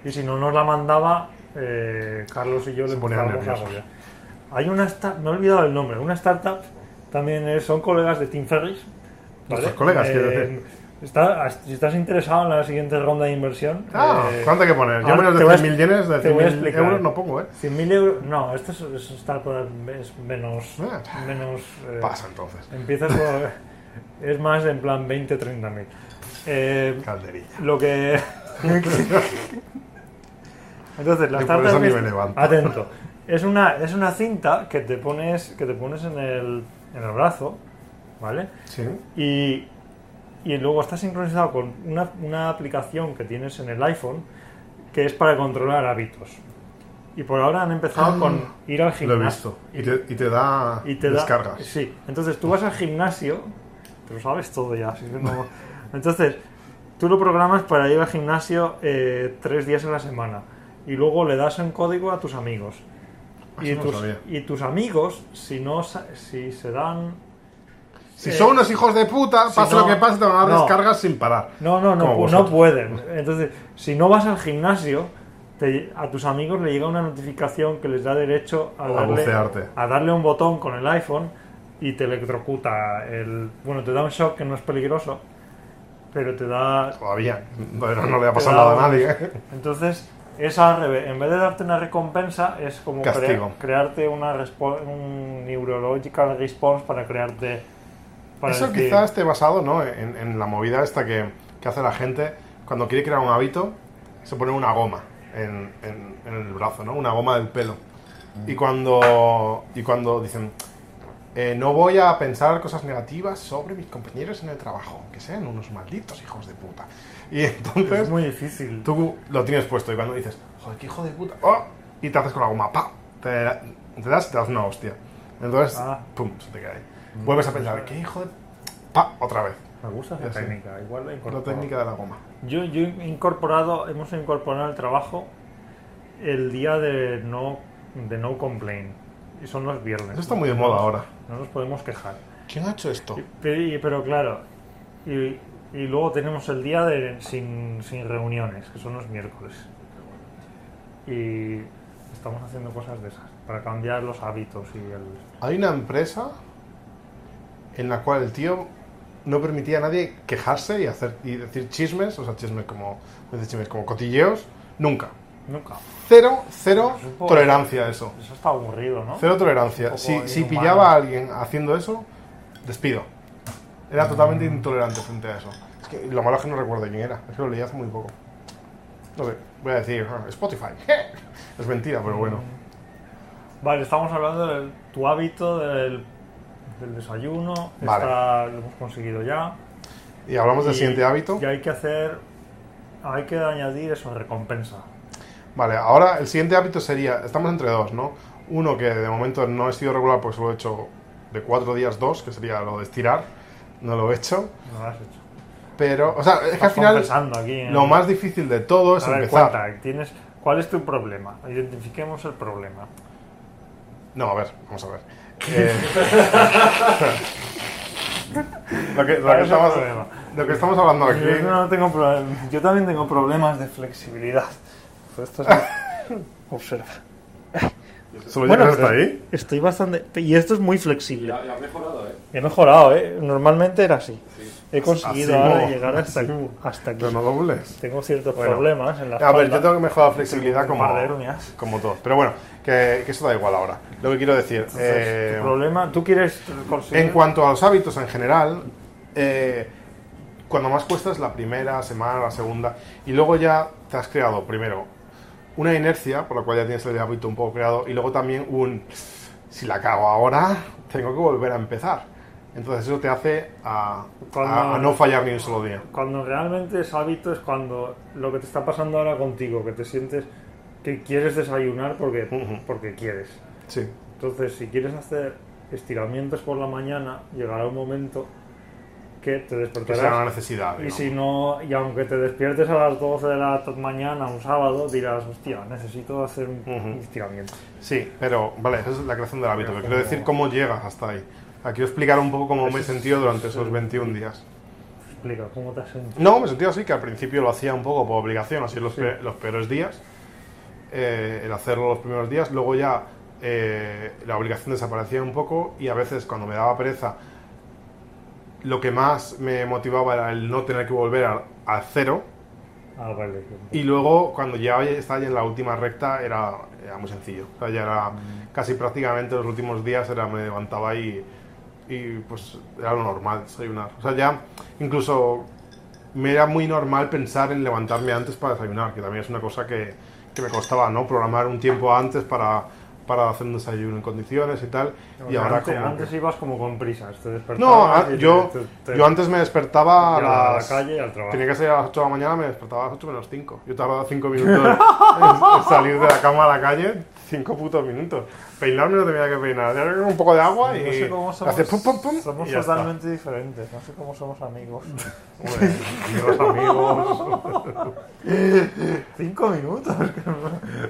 C: Y si no nos la mandaba, eh, Carlos y yo
B: Se
C: le
B: ponían
C: empezábamos a
B: nerviosos.
C: agobiar. Hay una startup, me he olvidado el nombre, una startup, también es- son colegas de Tim Ferris.
B: Nuestros colegas, quiero decir.
C: está- si estás interesado en la siguiente ronda de inversión,
B: Ah,
C: eh,
B: ¿cuánto hay que poner? Yo
C: ahora
B: menos
C: te
B: de
C: voy a
B: 100.000
C: expli-
B: yenes, de
C: te voy a
B: 100.000
C: explicar.
B: euros no pongo, ¿eh?
C: 100.000 euros. No, esto es, es estar por- es menos.
B: Ah.
C: menos eh,
B: Pasa entonces.
C: Empiezas por. es más en plan 20, 30 mil. Eh,
B: Calderilla.
C: lo que. Entonces, la
B: Yo por
C: startup.
B: eso ni
C: es-
B: me levanto.
C: Atento. Es una, es una cinta que te pones, que te pones en, el, en el brazo, ¿vale?
B: Sí.
C: Y, y luego está sincronizado con una, una aplicación que tienes en el iPhone que es para controlar hábitos. Y por ahora han empezado
B: Ah,
C: con ir al
B: Lo
C: gimnasio.
B: he visto. Y te, y te da
C: Y te da-
B: descargas.
C: Sí, entonces tú vas al gimnasio, te lo sabes todo ya. así que no- Entonces, tú lo programas para ir al gimnasio eh, tres días a la semana y luego le das un código a tus amigos. Y
B: Eso no lo
C: tus,
B: sabía.
C: y tus amigos, si no sa- si se dan.
B: Si
C: eh,
B: son unos hijos de puta,
C: si
B: pasa
C: no-
B: lo que pase, te van a dar
C: no.
B: descargas sin parar.
C: No, no, no,
B: Como
C: pu- no
B: vosotros.
C: pueden. Entonces, si no vas al gimnasio, te- a tus amigos le llega una notificación que les da derecho a
B: A
C: darle,
B: bucearte.
C: a darle un botón con el iPhone y te electrocuta. El, bueno, te da un shock que no es peligroso, pero te da...
B: Todavía.
C: Mm.
B: No, no le ha
C: te
B: pasado
C: da
B: nada a
C: un-
B: nadie. ¿eh?
C: Entonces, es al revés. En vez de darte una recompensa, es como crea-
B: Castigo.
C: crearte una respo- un neurological response para crearte... para
B: Eso
C: decir-
B: quizás esté basado ¿no? en, en la movida esta que, que hace la gente cuando quiere crear un hábito, se pone una goma en, en- en el brazo, ¿no? una goma del pelo. Y cuando, y cuando dicen, eh, no voy a pensar cosas negativas sobre mis compañeros en el trabajo, que sean unos malditos hijos de puta. Y entonces
C: Es muy difícil.
B: tú lo tienes puesto y cuando dices, joder, qué hijo de puta, ¡oh! y te haces con la goma, ¡pa! Te, te das, te das una hostia. Entonces,
C: Ah. Mm.
B: pum, se te cae. Vuelves a pensar, qué hijo de. ¡pa! Otra vez.
C: Me gusta esa
B: Ya sé.
C: técnica, igual la
B: Con la
C: incorporo.
B: técnica de la goma.
C: Yo, yo he incorporado, hemos incorporado al trabajo el día de no, de no complain. Y son los viernes.
B: Eso está muy de moda ahora.
C: No nos podemos quejar.
B: ¿Quién ha hecho esto?
C: Y- Pero, y- pero claro, y, y luego tenemos el día de sin, sin reuniones, que son los miércoles. Y estamos haciendo cosas de esas, para cambiar los hábitos y el...
B: Hay una empresa en la cual el tío no permitía a nadie quejarse y, hacer, y decir chismes, o sea, chismes como, no decir chismes, como cotilleos, nunca.
C: Nunca.
B: Cero, cero
C: Pero supongo-
B: tolerancia a eso.
C: Eso está aburrido, ¿no?
B: Cero
C: Un
B: tolerancia.
C: poco
B: Si, si
C: inhumano.
B: pillaba a alguien haciendo eso, despido. Era totalmente intolerante frente a eso. Es que lo malo es que no recuerdo quién era. Es que lo leí hace muy poco. No sé, voy a decir "Ah, Spotify. es mentira, pero bueno.
C: Vale, estamos hablando de tu hábito, del, del desayuno.
B: Vale.
C: Está- lo hemos conseguido ya.
B: Y hablamos del
C: Y-
B: siguiente hábito.
C: Y hay que hacer. Hay que añadir eso, recompensa.
B: Vale, ahora el siguiente hábito sería, estamos entre dos, ¿no? Uno que de momento no he sido regular porque solo he hecho de cuatro días dos, que sería lo de estirar. No lo he hecho.
C: No lo has hecho.
B: Pero, o sea, es que al
C: Estás
B: final
C: compensando aquí. en-
B: lo más difícil de todo es
C: A ver,
B: empezar.
C: cuenta, tienes, ¿cuál es tu problema? Identifiquemos el problema.
B: No, a ver, vamos a ver. Eh, lo que, lo que
C: Para eso
B: estamos-
C: problema.
B: lo que estamos hablando aquí.
C: Yo, no tengo problema- yo también tengo problemas de flexibilidad. Pues esto es- Observa.
B: Solo llegas
C: pero
B: hasta Pues ahí.
C: Estoy bastante. Y esto es muy flexible.
E: Ya, ya ha mejorado, ¿eh?
C: He mejorado, ¿eh? Normalmente era así.
E: Sí.
C: He conseguido
B: Así
C: ahora
B: no.
C: llegar hasta, hasta aquí.
B: Pero no dobles.
C: Tengo ciertos
B: Bueno.
C: problemas en la
B: A ver,
C: espalda.
B: yo tengo que mejorar flexibilidad
C: Un
B: como,
C: par de hernias.
B: como todos. Pero bueno, que, que eso da igual ahora. Lo que quiero decir. eh,
C: Entonces, tu problema, tú quieres conseguir.
B: En cuanto a los hábitos en general, eh, cuando más cuesta es la primera semana, la segunda, y luego ya te has creado primero una inercia, por la cual ya tienes el hábito un poco creado, y luego también un, si la cago ahora, tengo que volver a empezar. Entonces eso te hace a,
C: Cuando-
B: a- a no fallar ni un solo día.
C: Cuando realmente es hábito es cuando lo que te está pasando ahora contigo, que te sientes que quieres desayunar porque,
B: Ujú.
C: porque quieres.
B: Sí.
C: Entonces, si quieres hacer estiramientos por la mañana, llegará un momento que te
B: Que sea una
C: despertarás.
B: necesidad.
C: y
B: digamos.
C: si no, y aunque te despiertes a las 12 de la t- mañana un sábado, dirás, hostia, necesito hacer un
B: Ujú.
C: estiramiento.
B: Sí, pero vale, esa es la creación del hábito. Pero quiero
C: Creación
B: decir cómo llegas hasta ahí. Aquí quiero explicar un poco cómo me he sentido durante esos 21 días.
C: Explica, ¿cómo te has sentido?
B: No, me sentía así, que al principio lo hacía un poco por obligación, así los, pe- los peores días, eh, el hacerlo los primeros días, luego ya eh, la obligación desaparecía un poco y a veces cuando me daba pereza, lo que más me motivaba era el no tener que volver al, al cero
C: Ah, vale.
B: y luego cuando ya estaba ya en la última recta era, era muy sencillo, o sea, ya era
C: Mm.
B: casi prácticamente los últimos días era, me levantaba y, y pues era lo normal desayunar, o sea, ya incluso me era muy normal pensar en levantarme antes para desayunar, que también es una cosa que, que me costaba, ¿no? Programar un tiempo antes para, para hacer un desayuno en condiciones y tal. y ahora
C: antes,
B: como que-
C: antes ibas como con prisas, te
B: No,
C: despertabas.
B: a-
C: y te-
B: yo,
C: te- te-
B: yo antes me despertaba a
C: te ibas a la
B: las...
C: calle y al trabajo.
B: Tenía que salir a las 8 de la mañana, me despertaba a las 8 menos 5. Yo tardaba 5 minutos en en salir de la cama a la calle, 5 putos minutos. Peinarme no tenía que peinar, ya era un poco de agua y
C: No sé cómo somos,
B: haces pum pum pum.
C: somos
B: y ya está.
C: totalmente diferentes, no sé cómo somos amigos.
B: Bueno, los amigos.
C: Cinco minutos.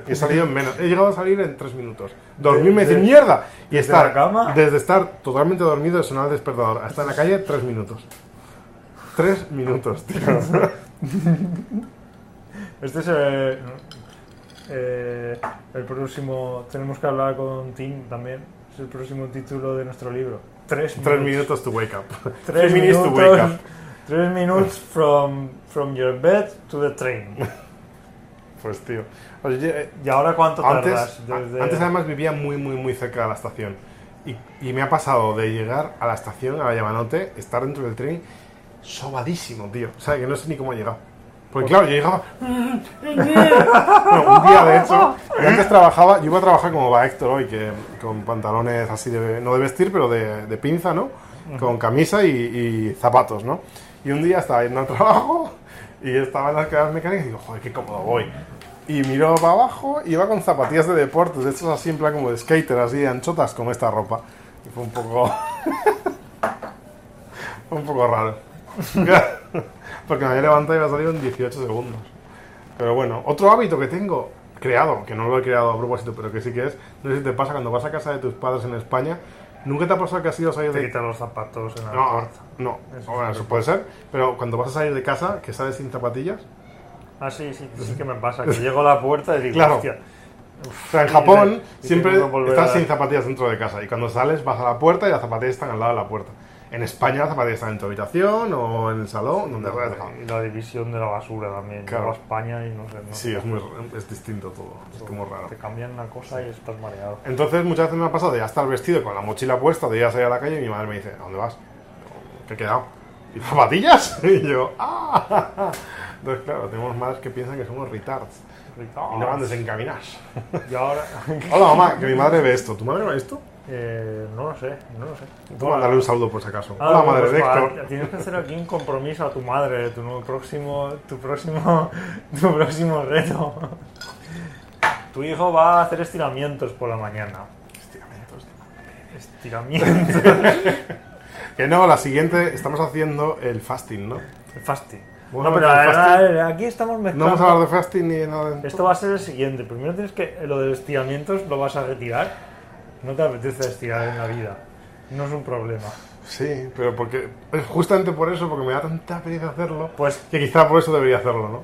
B: He salido en menos. He llegado a salir en 3 minutos. Dormirme y decir mierda. Y estar.
C: la cama?
B: Desde estar totalmente dormido y sonar el despertador hasta en la calle, 3 minutos. 3 minutos, tío.
C: Este es eh, eh, el próximo, tenemos que hablar con Tim también, es el próximo título de nuestro libro. Tres
B: 3
C: minutos.
B: minutos to wake up.
C: Tres
B: Three minutes
C: minutos.
B: to wake up.
C: Tres minutos from, from your bed to the train.
B: Pues tío. Oye,
C: ¿Y ahora cuánto
B: Antes,
C: tardas? Desde-
B: antes además vivía muy, muy, muy cerca de la estación. Y, y me ha pasado de llegar a la estación, a la Llamanote, estar dentro del tren, sobadísimo, tío. O sea, que no sé ni cómo he llegado. Porque claro, yo llegaba... Bueno, un día, de hecho, yo antes trabajaba, yo iba a trabajar como va Héctor hoy, que con pantalones así de... No de vestir, pero de, de pinza, ¿no? Con camisa y, y zapatos, ¿no? Y un día estaba yendo al trabajo y estaba en las escaleras mecánicas y digo, joder, qué cómodo voy. Y miro para abajo y iba con zapatillas de deportes, de estos así en plan como de skater, así de anchotas con esta ropa. Y fue un poco. fue un poco raro. Porque me había levantado y me ha salido en 18 segundos. Pero bueno, otro hábito que tengo creado, que no lo he creado a propósito, pero que sí que es, no sé si te pasa cuando vas a casa de tus padres en España, nunca te ha pasado que has ido a salir
C: Te
B: de
C: quitas los zapatos en la
B: no,
C: puerta.
B: no,
C: Eso
B: bueno,
C: sí.
B: eso puede ser, pero cuando vas a salir de casa, que sales sin zapatillas.
C: Ah, sí, sí, sí que me pasa, que llego a la puerta y digo,
B: Claro.
C: hostia.
B: O sea, en
C: Y
B: Japón
C: tengo- y
B: siempre
C: tengo que volver
B: estás
C: a-
B: sin zapatillas dentro de casa y cuando sales vas a la puerta y las zapatillas están al lado de la puerta. En España las zapatillas están en tu habitación o en el salón, donde las hayas dejado.
C: Y la división de la basura también.
B: Claro.
C: Llego a España y no sé. No
B: Sí, es, muy, es distinto todo, es como raro.
C: Te cambian una cosa y estás mareado.
B: Entonces muchas veces me ha pasado de ya estar vestido con la mochila puesta, de ya salir a la calle y mi madre me dice, ¿a dónde vas? ¿Qué he quedado? ¿Y zapatillas? Y yo, ¡ah! Entonces claro, tenemos madres que piensan que somos retards y no van desencaminadas.
C: "Ah, Y ahora.
B: Hola mamá, que mi madre ve esto. ¿Tu madre ve esto?
C: eh, no lo sé, no lo sé.
B: Tú mándale un saludo por si acaso.
C: Ah,
B: Hola
C: bueno,
B: madre
C: pues
B: de
C: para-
B: Héctor.
C: Tienes que hacer aquí un compromiso a tu madre, tu nuevo próximo, tu próximo, tu próximo reto. Tu hijo va a hacer estiramientos por la mañana. Estiramientos.
B: Que no, la siguiente estamos haciendo el fasting, ¿no?
C: El fasting.
B: Bueno,
C: no, pero
B: el
C: a ver,
B: fasting-
C: a ver, aquí estamos
B: No
C: mezclando.
B: vamos a hablar de fasting ni de nada. de-
C: Esto va a ser el siguiente. Primero tienes que. Lo de los estiramientos lo vas a retirar. No te apetece estirar en la vida. No es un problema.
B: Sí, pero porque. es Justamente por eso, porque me da tanta pereza hacerlo.
C: Pues
B: Que quizá por eso debería hacerlo, ¿no?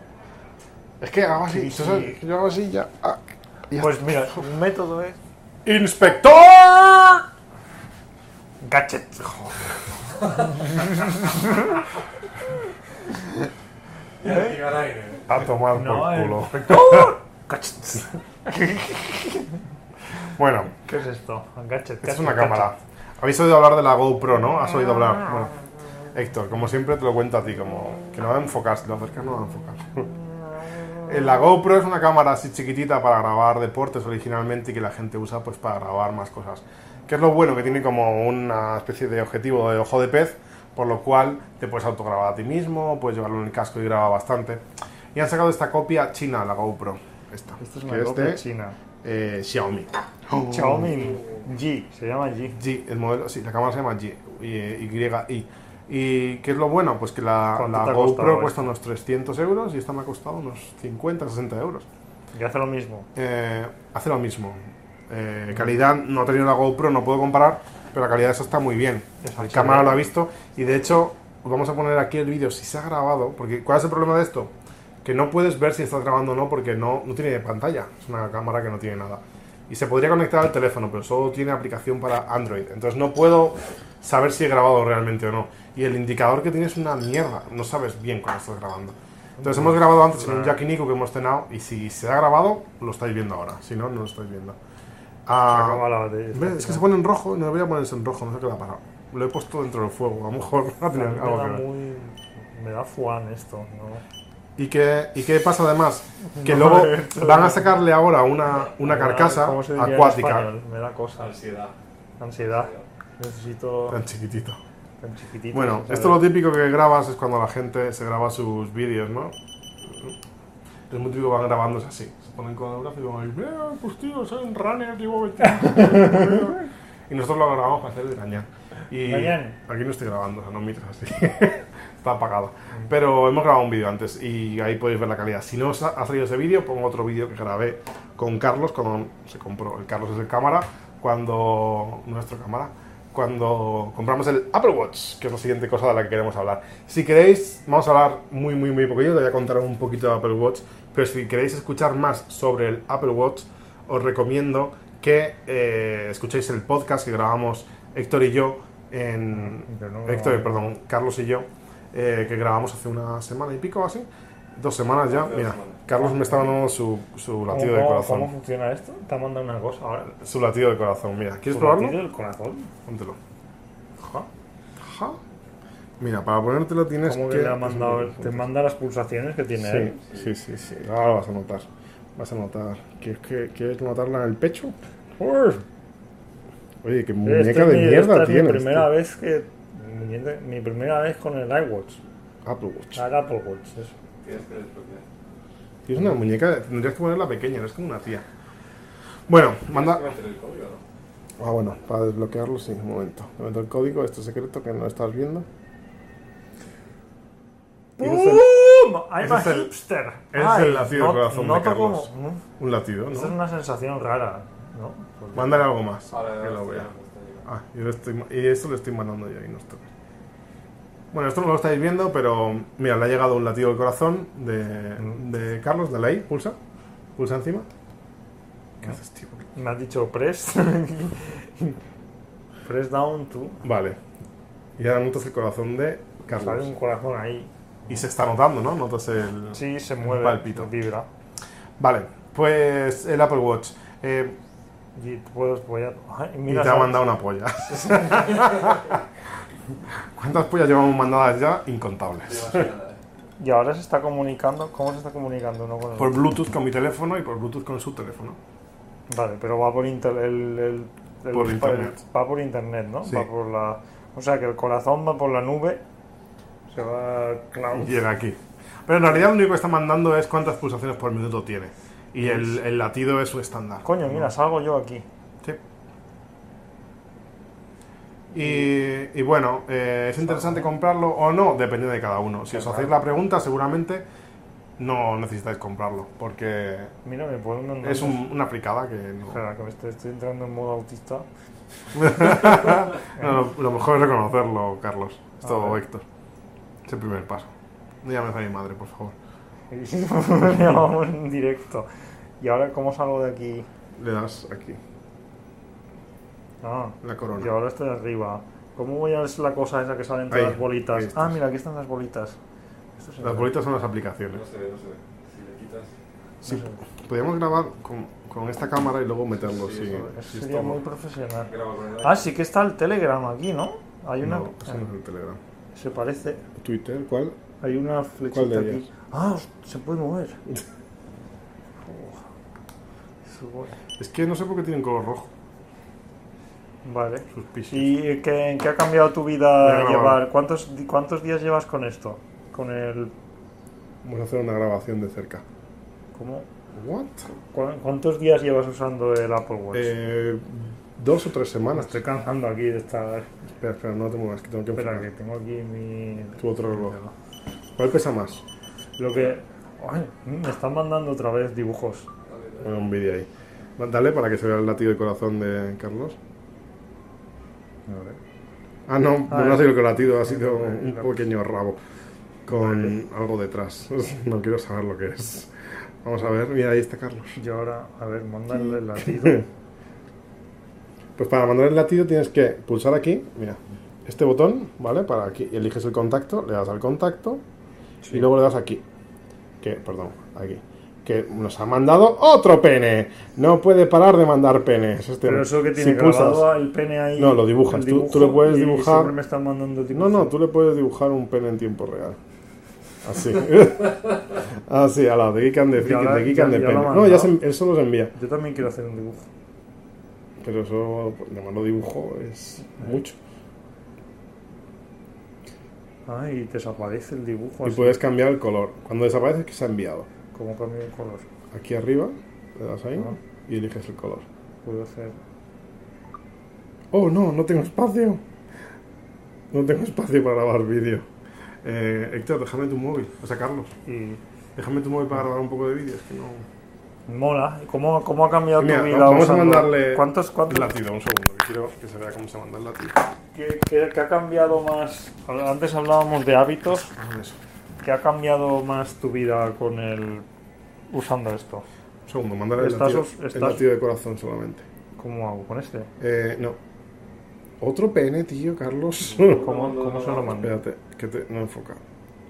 B: Es que hago así,
C: Sí, sí.
B: tú sabes, yo hago así ya. ah, y ya
C: Pues
B: está.
C: mira, un método
B: eh.
C: es.
B: ¡Inspector!
C: Gadget.
E: Ya diga al aire.
B: A tomar
C: No,
B: por
C: el
B: culo.
C: inspector. Gadget.
B: Bueno,
C: ¿Qué es esto? Gadget.
B: esta es
C: gadget,
B: una
C: gadget.
B: cámara. Habéis oído hablar de la GoPro, ¿no? Has oído hablar. Bueno, Héctor, como siempre te lo cuento a ti, como que no va a enfocar, si lo acercas no va a enfocar. Eh, La GoPro es una cámara así chiquitita para grabar deportes originalmente y que la gente usa pues para grabar más cosas. Que es lo bueno, que tiene como una especie de objetivo de ojo de pez, por lo cual te puedes autograbar a ti mismo, puedes llevarlo en el casco y graba bastante. Y han sacado esta copia china, la GoPro. Esta,
C: Esto es
B: que
C: una
B: es
C: copia
B: de,
C: china.
B: eh, Xiaomi.
C: Xiaomi
B: Oh.
C: G. Se llama G.
B: G, el modelo, sí, la cámara se llama G, Y, Y. ¿Y qué es lo bueno? Pues que la,
C: ¿Cuánto
B: la
C: te ha
B: GoPro
C: costado esto?
B: cuesta unos 300 euros y esta me ha costado unos 50, 60 euros.
C: Y hace lo mismo.
B: Eh, hace lo mismo. Eh, calidad, no he tenido la GoPro, no puedo comparar, pero la calidad de eso está muy bien.
C: Es
B: El
C: HD.
B: cámara lo ha visto y de hecho os vamos a poner aquí el vídeo si se ha grabado, porque ¿cuál es el problema de esto? Que no puedes ver si estás grabando o no porque no, no tiene pantalla, es una cámara que no tiene nada. Y se podría conectar al teléfono, pero solo tiene aplicación para Android, entonces no puedo saber si he grabado realmente o no. Y el indicador que tiene es una mierda, no sabes bien cuando estás grabando. Entonces hemos grabado antes en un yakiniku que hemos cenado y si se ha grabado lo estáis viendo ahora, si no, no lo estáis viendo.
C: Se
B: Ah,
C: acaba la batería.
B: ¿Ves? Es que se pone en rojo, no debería ponerse en rojo, no sé qué le ha pasado. Lo he puesto dentro del fuego, a lo mejor va
C: A
B: a
C: mí
B: tener
C: me
B: algo
C: da
B: que ver.
C: muy. Me da fuan esto, ¿no?
B: ¿Y qué, ¿Y qué pasa además? Que
C: No,
B: luego
C: esto-
B: van a sacarle ahora una, una
C: Me da-
B: carcasa
C: ¿cómo se diría en
B: acuática.
C: español? Me da cosas.
E: Ansiedad.
C: Ansiedad. Necesito.
B: Tan chiquitito.
C: tan chiquitito,
B: Bueno,
C: ¿sabes?
B: esto lo típico que grabas es cuando la gente se graba sus vídeos, ¿no? Es muy típico que van grabándose así. Se ponen con el gráfico y van, ahí, "Eh, pues tío, soy un runner, llevo 20 años". Y nosotros lo grabamos para hacer el gañán. Y
C: Gañán.
B: aquí no estoy grabando, o sea, no miras así. Está apagado. Pero hemos grabado un vídeo antes y ahí podéis ver la calidad. Si no os ha ha salido ese vídeo, pongo otro vídeo que grabé con Carlos cuando se compró. El Carlos es el cámara, cuando. nuestro cámara. Cuando compramos el Apple Watch, que es la siguiente cosa de la que queremos hablar. Si queréis, vamos a hablar muy, muy, muy poquillo. Te voy a contar un poquito de Apple Watch. Pero si queréis escuchar más sobre el Apple Watch, os recomiendo que eh, escuchéis el podcast que grabamos Héctor y yo en.
C: Pero no-
B: Héctor, perdón, Carlos y yo, eh, que grabamos hace una semana y pico o así. Dos semanas ya.
E: Dos
B: Mira,
E: semanas.
B: Carlos me está dando su, su
C: ¿Cómo-
B: latido de
C: cómo-
B: corazón.
C: ¿Cómo funciona esto? Te ha mandado una cosa ahora.
B: Su latido de corazón, mira. ¿Quieres
C: ¿Tu
B: probarlo?
C: latido del corazón?
B: Póntelo. Ja, ja. Mira, para ponértelo tienes
C: ¿Cómo
B: que.
C: que le ha mandado?
B: es muy
C: Te
B: importante.
C: manda las pulsaciones que tiene él.
B: Sí, sí, sí, sí. Ahora lo vas a notar. Vas a notar. ¿Quieres, que, quieres notarla en el pecho?
C: Uf,
B: Oye, qué
C: esta
B: muñeca
C: Este es
B: de
C: mi-
B: mierda
C: esta
B: tienes.
C: Es mi primera
B: tío.
C: vez que. Mi, mi primera vez con el iWatch.
B: Apple Watch.
C: El Apple Watch. eso.
E: Tienes que desbloquear.
B: Tienes una muñeca, de- tendrías que ponerla pequeña, eres como una tía. Bueno, manda.
E: Tienes que meter el código, ¿no?
B: Ah, bueno, para desbloquearlo, sí, un momento. Le meto el código, este secreto que no estás viendo. Tienes el-
C: ¡Pum! ¡I'm
B: ese
C: a
B: es el-
C: hipster!
B: ese es
C: Ay,
B: el latido del corazón de
C: noto
B: Carlos.
C: como- ¿no?
B: Un latido,
C: Esta es
B: ¿no?
C: una sensación rara, ¿no? Porque-
B: Mándale algo más.
E: Ahora
B: que lo
E: estoy
B: vea.
E: en la pestaña.
B: Ah, yo lo estoy, ma- y esto lo estoy mandando yo y no estoy. Bueno, esto no lo estáis viendo, pero mira, le ha llegado un latido del corazón de, de Carlos, de ley. Pulsa. Pulsa encima. ¿Qué haces, tío?
C: Me has dicho press. press down to.
B: Vale. Y ahora notas el corazón de
C: Sale
B: Carlos.
C: un corazón ahí.
B: Y se está notando, ¿no? Notas el.
C: Sí, se mueve.
B: palpito.
C: Vibra.
B: Vale, pues el Apple Watch. Eh,
C: Y puedes voy a- Ay,
B: y
C: mira,
B: te ha
C: ¿sabes?
B: mandado una polla. ¿Cuántas pollas llevamos mandadas ya? Incontables.
E: No llevas nada, ¿eh?
C: Y ahora se está comunicando. ¿Cómo se está comunicando? No con el-
B: Por Bluetooth con mi teléfono y por Bluetooth con su teléfono.
C: Vale, pero va por inter- el, el- el-
B: Por
C: el-
B: internet.
C: va por internet, ¿no?
B: Sí.
C: Va por la. O sea que el corazón va por la nube. Se va a
B: Y
C: cloud.
B: Llega aquí. Pero en realidad lo único que está mandando es cuántas pulsaciones por minuto tiene. Y el, el latido es su estándar.
C: Pues- Coño, mira, salgo yo aquí.
B: Sí. Y, y bueno, eh, es interesante comprarlo o no, dependiendo de cada uno. Si os hacéis la pregunta, seguramente no necesitáis comprarlo, porque
C: Mira, me puedo mandar.
B: es un- una fricada que no-
C: Espera, que me estoy, estoy entrando en modo autista.
B: No, lo, lo mejor es reconocerlo, Carlos. Es
C: A
B: todo
C: ver.
B: Héctor. Es el primer paso. No llames a mi madre, por favor.
C: Me llamamos en directo. ¿Y ahora cómo salgo de aquí?
B: Le das aquí,
C: Ah,
B: la corona.
C: yo ahora estoy arriba. ¿Cómo voy a ver la cosa esa que sale entre
B: Ahí,
C: las
B: ahí
C: bolitas?
B: estás.
C: Ah, mira, aquí están las bolitas. Esto se
B: Las
C: ve.
B: bolitas son las
E: No
B: aplicaciones.
E: se ve, no se ve. Si le quitas.
B: Sí,
C: No
B: podríamos grabar con, con esta cámara y luego meterlo.
E: Sí,
B: Sí,
E: eso-
C: Eso
B: sí,
C: sería
B: esto-
C: muy profesional.
E: Graba con el
C: Ah, sí que está el Telegram aquí, ¿no? Hay una...
B: No, Ah. eso no es el Telegram.
C: Se parece...
B: ¿Twitter? ¿Cuál?
C: Hay una flechita
B: de
C: aquí.
B: ellas?
C: Ah, se puede mover. Su-
B: Es que no sé por qué tienen color rojo
C: Vale.
B: sus pisos.
C: ¿Y qué, en qué ha cambiado tu
B: Ya
C: vida
B: grabado.
C: llevar? ¿Cuántos, di- ¿Cuántos días llevas con esto? Con el...
B: Vamos a hacer una grabación de cerca.
C: ¿Cómo?
B: ¿What?
C: ¿Cu- ¿Cuántos días llevas usando el Apple Watch?
B: Eh, dos o tres
C: Me
B: semanas.
C: estoy cansando aquí de estar...
B: Espera, espera, no te muevas, que tengo que
C: Espera, que
B: enfocar.
C: tengo aquí mi...
B: Tu otro reloj. ¿Cuál pesa más?
C: Lo que... Ay, mm, me están mandando otra vez dibujos.
B: Bueno, un vídeo ahí. Va, Dale para que se vea el latido de corazón de Carlos. A ver. Ah, no,
C: Ah,
B: no ha
C: eh.
B: sido el latido, ha sido
C: Eh,
B: un
C: no.
B: pequeño rabo con algo detrás. No quiero saber lo que es. Vamos a ver, mira, ahí está Carlos.
C: Y ahora, a ver, mandarle el latido.
B: Pues para mandar el latido tienes que pulsar aquí, mira, este botón, ¿vale? Para aquí, eliges el contacto, le das al contacto y luego le das aquí. Que, perdón, aquí. Que nos ha mandado otro pene. No puede parar de mandar penes.
C: Pero
B: Este hombre.
C: eso que
B: Si
C: tiene
B: pulsas-
C: grabado el pene ahí.
B: No, lo
C: el
B: dibujas. Tú- tú lo puedes
C: y
B: dibujar.
C: siempre me están mandando el dibujo.
B: No, no, tú le puedes dibujar un pene en tiempo real. Así. Así, a la de Geek and the
C: Ya
B: Freak,
C: la-
B: de Geek
C: ya-
B: and the
C: ya la
B: Pene.
C: ha
B: No, ya
C: mandado.
B: se- eso los envía.
C: Yo también quiero hacer un dibujo.
B: Pero eso, pues, llamarlo dibujo es
C: Eh,
B: mucho.
C: Ah, y desaparece el dibujo.
B: Y
C: así,
B: puedes cambiar el color. Cuando desaparece, que se ha enviado.
C: Como cambio de color.
B: Aquí arriba, le das ahí
C: Ah.
B: y eliges el color.
C: Puedo hacer.
B: Oh, no, no tengo espacio. No tengo espacio para grabar vídeo. Eh, Héctor, déjame tu móvil. O sea, Carlos,
C: Y.
B: déjame tu móvil para grabar un poco de vídeo. Es que no.
C: Mola. ¿eh? ¿Cómo, cómo ha cambiado
B: Mira,
C: tu vida?
B: vamos a
C: usando-
B: mandarle
C: ¿Cuántos,
B: el
C: cuántos,
B: latido, un segundo, que quiero que se vea cómo se manda el latido.
C: ¿qué, qué, qué ha cambiado más? Antes hablábamos de hábitos.
B: Ah, eso.
C: ¿Qué ha cambiado más tu vida con el. usando esto?
B: Un segundo, mandarle el
C: Estás
B: latido,
C: os- estás-
B: el latido de corazón solamente.
C: ¿Cómo hago con este?
B: Eh, no. Otro pene, tío, Carlos.
C: ¿Cómo,
E: No, no,
C: cómo
E: no,
C: se lo
E: no.
C: mando?
B: Espérate, que te... no enfoca.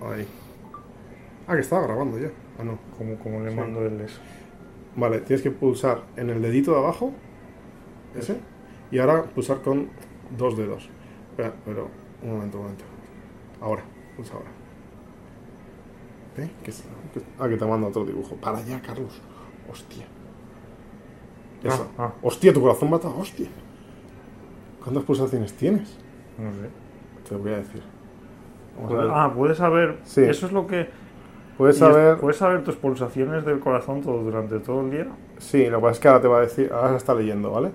B: Ahí. Ah, que estaba grabando ya. Ah, no.
C: ¿Cómo, cómo le
B: Sí.
C: mando el eso?
B: Vale, tienes que pulsar en el dedito de abajo, ese, y ahora pulsar con dos dedos. Espera, pero un momento, un momento. Ahora, pulsa ahora. ¿Eh? ¿Qué es- qué- Ah, que te manda otro dibujo. Para allá, Carlos. Hostia. Eso.
C: Ah, ah.
B: Hostia, tu corazón mata. Hostia. ¿Cuántas pulsaciones tienes?
C: No sé.
B: Te voy a decir. Vamos a ver.
C: Ah, puedes saber.
B: Sí.
C: Eso es lo que.
B: Puedes
C: y
B: saber.
C: es- Puedes saber tus pulsaciones del corazón todo, durante todo el día.
B: Sí, lo que pasa es que ahora te va a decir, ahora se está leyendo, ¿vale?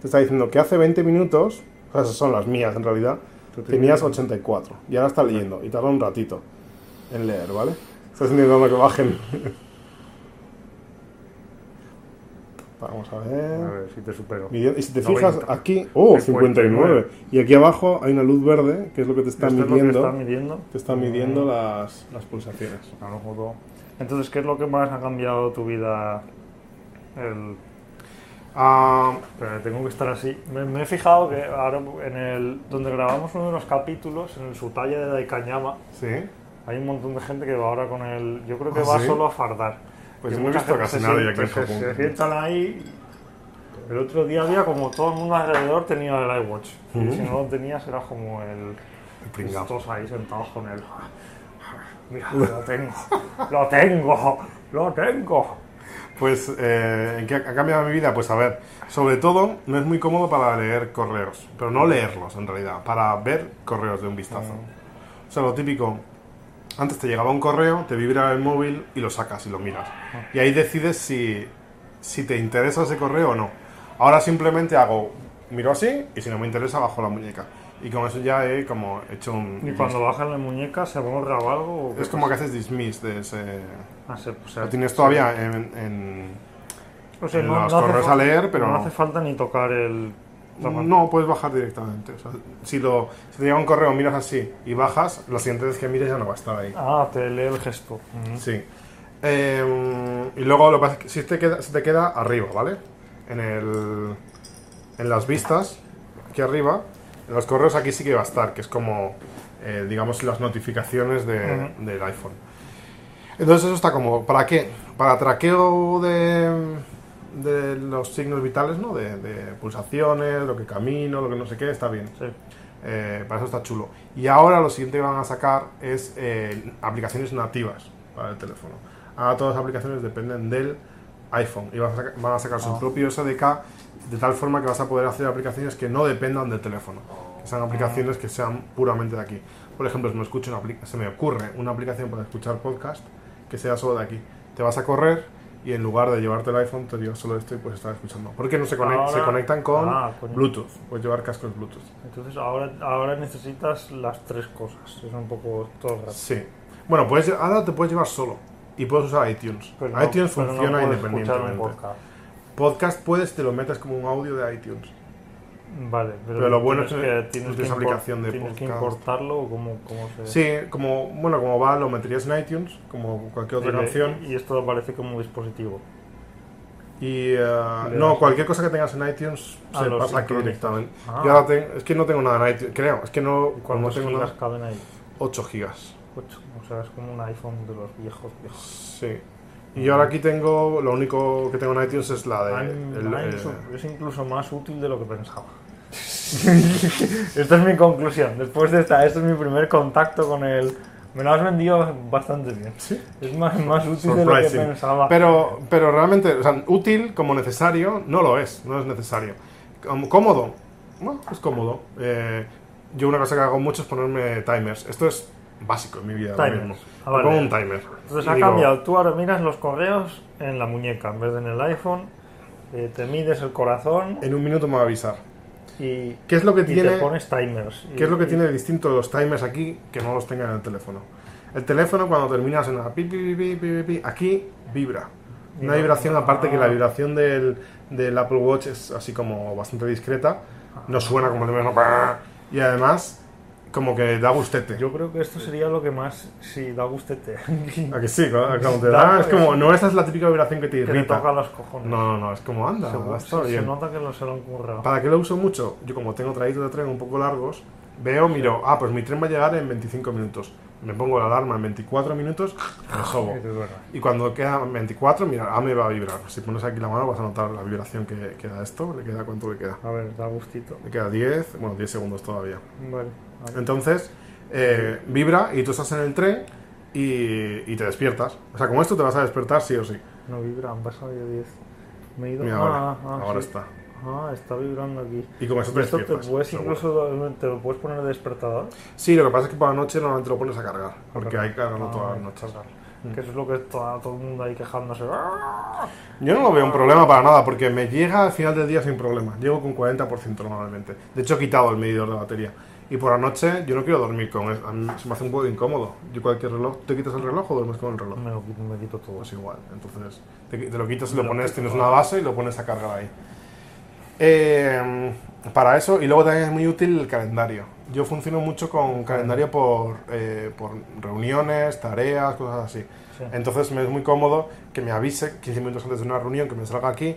B: Te está diciendo que hace 20 minutos, o sea, esas son las mías en realidad,
C: Tú tenías-
B: tenías 84 y ahora está leyendo y tarda un ratito en leer, ¿vale? Estás intentando que bajen. Vamos a
C: A
B: ver.
C: ver si te supero.
B: Mide- Y si te
C: 90.
B: fijas aquí, oh,
C: 59.
B: 59. Y aquí abajo hay una luz verde, que es lo que te está
C: ¿Esto es lo que
B: midiendo.
C: está Mm. midiendo?
B: Te está midiendo las, las pulsaciones.
C: A lo mejor. Entonces, ¿qué es lo que más ha cambiado tu vida? El...
B: Ah,
C: Pero tengo que estar así. Me, me he fijado que ahora en el donde grabamos uno de los capítulos, en el Sutaya de Daikanyama,
B: sí.
C: hay un montón de gente que va ahora con el. Yo creo que
B: ¿Ah,
C: va
B: sí?
C: solo a fardar.
B: Pues
C: Que
B: no he
C: mucha
B: visto
C: gente
B: casi
C: se
B: nadie aquí
C: sienta-
B: en
C: se-
B: Japón.
C: Se sientan ahí. El otro día había como todo el mundo alrededor tenía el iWatch. Y si no lo tenías era como el.
B: El pringao.
C: Todos ahí sentados con él. Mira, lo tengo. Lo tengo. Lo tengo.
B: Pues, eh, ¿en qué ha cambiado mi vida? Pues a ver, sobre todo no es muy cómodo para leer correos, pero no leerlos en realidad, para ver correos de un vistazo.
C: Mm.
B: O sea, lo típico, antes te llegaba un correo, te vibra el móvil y lo sacas y lo miras.
C: Ah.
B: Y ahí decides si, si te interesa ese correo o no. Ahora simplemente hago, miro así y si no me interesa bajo la muñeca. Y con eso ya he como hecho un...
C: Y cuando bajan la muñeca se borra o algo. o qué
B: Es como que
C: pasa?
B: haces dismiss de ese...
C: Ah, se- o sea,
B: Lo tienes
C: se-
B: todavía en, en-
C: o sea,
B: en
C: no-
B: los
C: no hace
B: correos
C: fa-
B: a leer, pero
C: No
B: no.
C: hace falta ni tocar el. Toma.
B: No, puedes bajar directamente. O sea, si, lo, si te llega un correo, miras así y bajas, la siguiente vez que mires ya no va a estar ahí.
C: Ah, te lee el gesto. Mm.
B: Sí. Eh, y luego lo que pasa es que si te queda, se te queda arriba, ¿vale? En, el, en las vistas, aquí arriba, en los correos aquí sí que va a estar, que es como, eh, digamos, las notificaciones de-
C: Ujú.
B: del iPhone. Entonces eso está como, ¿para qué? Para traqueo de, de los signos vitales, ¿no? De, de pulsaciones, lo que camino, lo que no sé qué, está bien.
C: Sí.
B: Eh, para eso está chulo. Y ahora lo siguiente que van a sacar es eh, aplicaciones nativas para el teléfono. Ahora todas las aplicaciones dependen del iPhone y van a saca- van a sacar su
C: Ah.
B: propio SDK de tal forma que vas a poder hacer aplicaciones que no dependan del teléfono. Que sean aplicaciones que sean puramente de aquí. Por ejemplo, si me escucho una apli- se me ocurre una aplicación para escuchar podcast que sea solo de aquí. Te vas a correr y en lugar de llevarte el iPhone te llevas solo esto y puedes estar escuchando. Porque no se, conect-
C: Ahora-
B: se conectan con
C: Ah, coño.
B: Bluetooth. Puedes llevar cascos Bluetooth.
C: Entonces ahora, ahora necesitas las tres cosas. Es un poco todo el rato.
B: Sí. Bueno, puedes, lle- ahora te puedes llevar solo y puedes usar iTunes.
C: Pero no-
B: iTunes
C: pero no
B: funciona
C: puedo escuchar
B: independientemente.
C: un
B: Podcast.
C: podcast.
B: puedes, te lo metes como un audio de iTunes.
C: Vale, pero,
B: Pero lo bueno
C: tienes
B: es que
C: tienes
B: tienes
C: impor-
B: aplicación de
C: tienes que
B: podcast.
C: importarlo o cómo, cómo se...
B: Sí, como bueno, como va, lo meterías en iTunes, como cualquier otra
C: Y le-
B: canción.
C: Y esto aparece como dispositivo.
B: Y eh,
C: le
B: no,
C: das-
B: cualquier cosa que tengas en iTunes
C: Ah,
B: se
C: lo
B: pasa aquí
C: sincronizas.
B: directamente.
C: Ah.
B: Yo ahora tengo- es que no tengo nada en iTunes, creo. Es que no, cuando
C: ¿Cuántos
B: tengo
C: gigas
B: nada,
C: caben ahí?
B: 8 gigas.
C: Ocho. O sea, es como un iPhone de los viejos. viejos.
B: Sí.
C: Mm.
B: Y yo ahora aquí tengo, lo único que tengo en iTunes es la de.
C: I'm-
B: el-
C: I'm
B: eh,
C: su- es incluso más útil de lo que pensaba. esta es mi conclusión. Después de esta, este es mi primer contacto con el... Me lo has vendido bastante bien.
B: Sí.
C: Es más, más útil de lo que
B: Surprising.
C: pensaba.
B: Pero, pero realmente, o sea, útil como necesario, no lo es, no es necesario. Como cómodo, bueno, es cómodo. Eh, yo una cosa que hago mucho es ponerme timers. Esto es básico en mi vida. ahora
C: Timers.
B: mismo.
C: Ah,
B: Me
C: vale.
B: pongo un timer.
C: Entonces
B: Y
C: ha
B: digo,
C: cambiado. Tú ahora miras los correos en la muñeca en vez de en el iPhone. eh, te mides el corazón
B: En un minuto me va a avisar.
C: y,
B: ¿Qué es lo que
C: y
B: tiene?
C: te pones timers.
B: ¿Qué es lo que
C: Y-
B: tiene de distinto los timers aquí que no los tengan en el teléfono? El teléfono cuando terminas en la pi, pi, pi, pi, pi, pi, aquí vibra. Una
C: Vibra.
B: vibración aparte que la
C: Ah.
B: vibración del, del Apple Watch es así como bastante discreta. No suena como el teléfono. ¡brrr! Y además como que da gustete.
C: Yo creo que esto sería lo que más. Si da gustete.
B: ¿A que sí? Cuando cuando te
C: Da- pues
B: da, es como, no esa es la típica vibración que te
C: que le
B: irrita.
C: toca los cojones.
B: No, no, no, es como anda,
C: Se-
B: va a estar
C: se, se
B: bien.
C: nota que no se lo han currado.
B: ¿Para qué lo uso mucho? Yo como tengo traídos de tren un poco largos, veo, miro, ah, pues mi tren va a llegar en 25 minutos. Me pongo la alarma en 24 minutos, me sobo.
C: Y dices, bueno,
B: Y cuando quedan 24, mira, ah, me va a vibrar. Si pones aquí la mano vas a notar la vibración que, que da esto, le queda cuánto le queda.
C: a ver, da gustito.
B: Le queda 10, bueno, 10 segundos todavía.
C: Vale. a ver.
B: Entonces, eh, vibra y tú estás en el tren y, y te despiertas. O sea, como esto te vas a despertar sí o sí.
C: No vibra, han pasado ya 10. Me he ido.
B: Mira,
C: ah,
B: ahora,
C: ah,
B: ahora
C: sí.
B: está.
C: Ah, está vibrando aquí.
B: Y con eso
C: ¿Y
B: te
C: esto te
B: despiertas.
C: puedes
B: seguro.
C: incluso te lo puedes poner de despertador?
B: Sí, lo que pasa es que por la noche normalmente lo pones a cargar, porque
C: cargar.
B: hay que cargarlo todas
C: Ah,
B: las noches.
C: cargar.
B: Mm.
C: Que eso es lo que está todo el mundo ahí quejándose. ¡Ah!
B: Yo no lo veo un problema para nada, porque me llega al final del día sin problema. Llego con 40% normalmente. De hecho, he quitado el medidor de batería. Y por la noche yo no quiero dormir con él. A mí se me hace un poco incómodo. Yo cualquier reloj, ¿te quitas el reloj o duermes con el reloj?
C: Me lo quito, me quito todo.
B: Pues igual. Entonces, te, qui- te lo quitas y lo
C: Lo
B: pones,
C: quito,
B: tienes
C: vale.
B: una base y lo pones a cargar ahí. Eh, para eso, y luego también es muy útil el calendario. Yo funciono mucho con calendario por, eh, por reuniones, tareas, cosas así.
C: Sí.
B: Entonces me es muy cómodo que me avise 15 minutos antes de una reunión, que me salga aquí.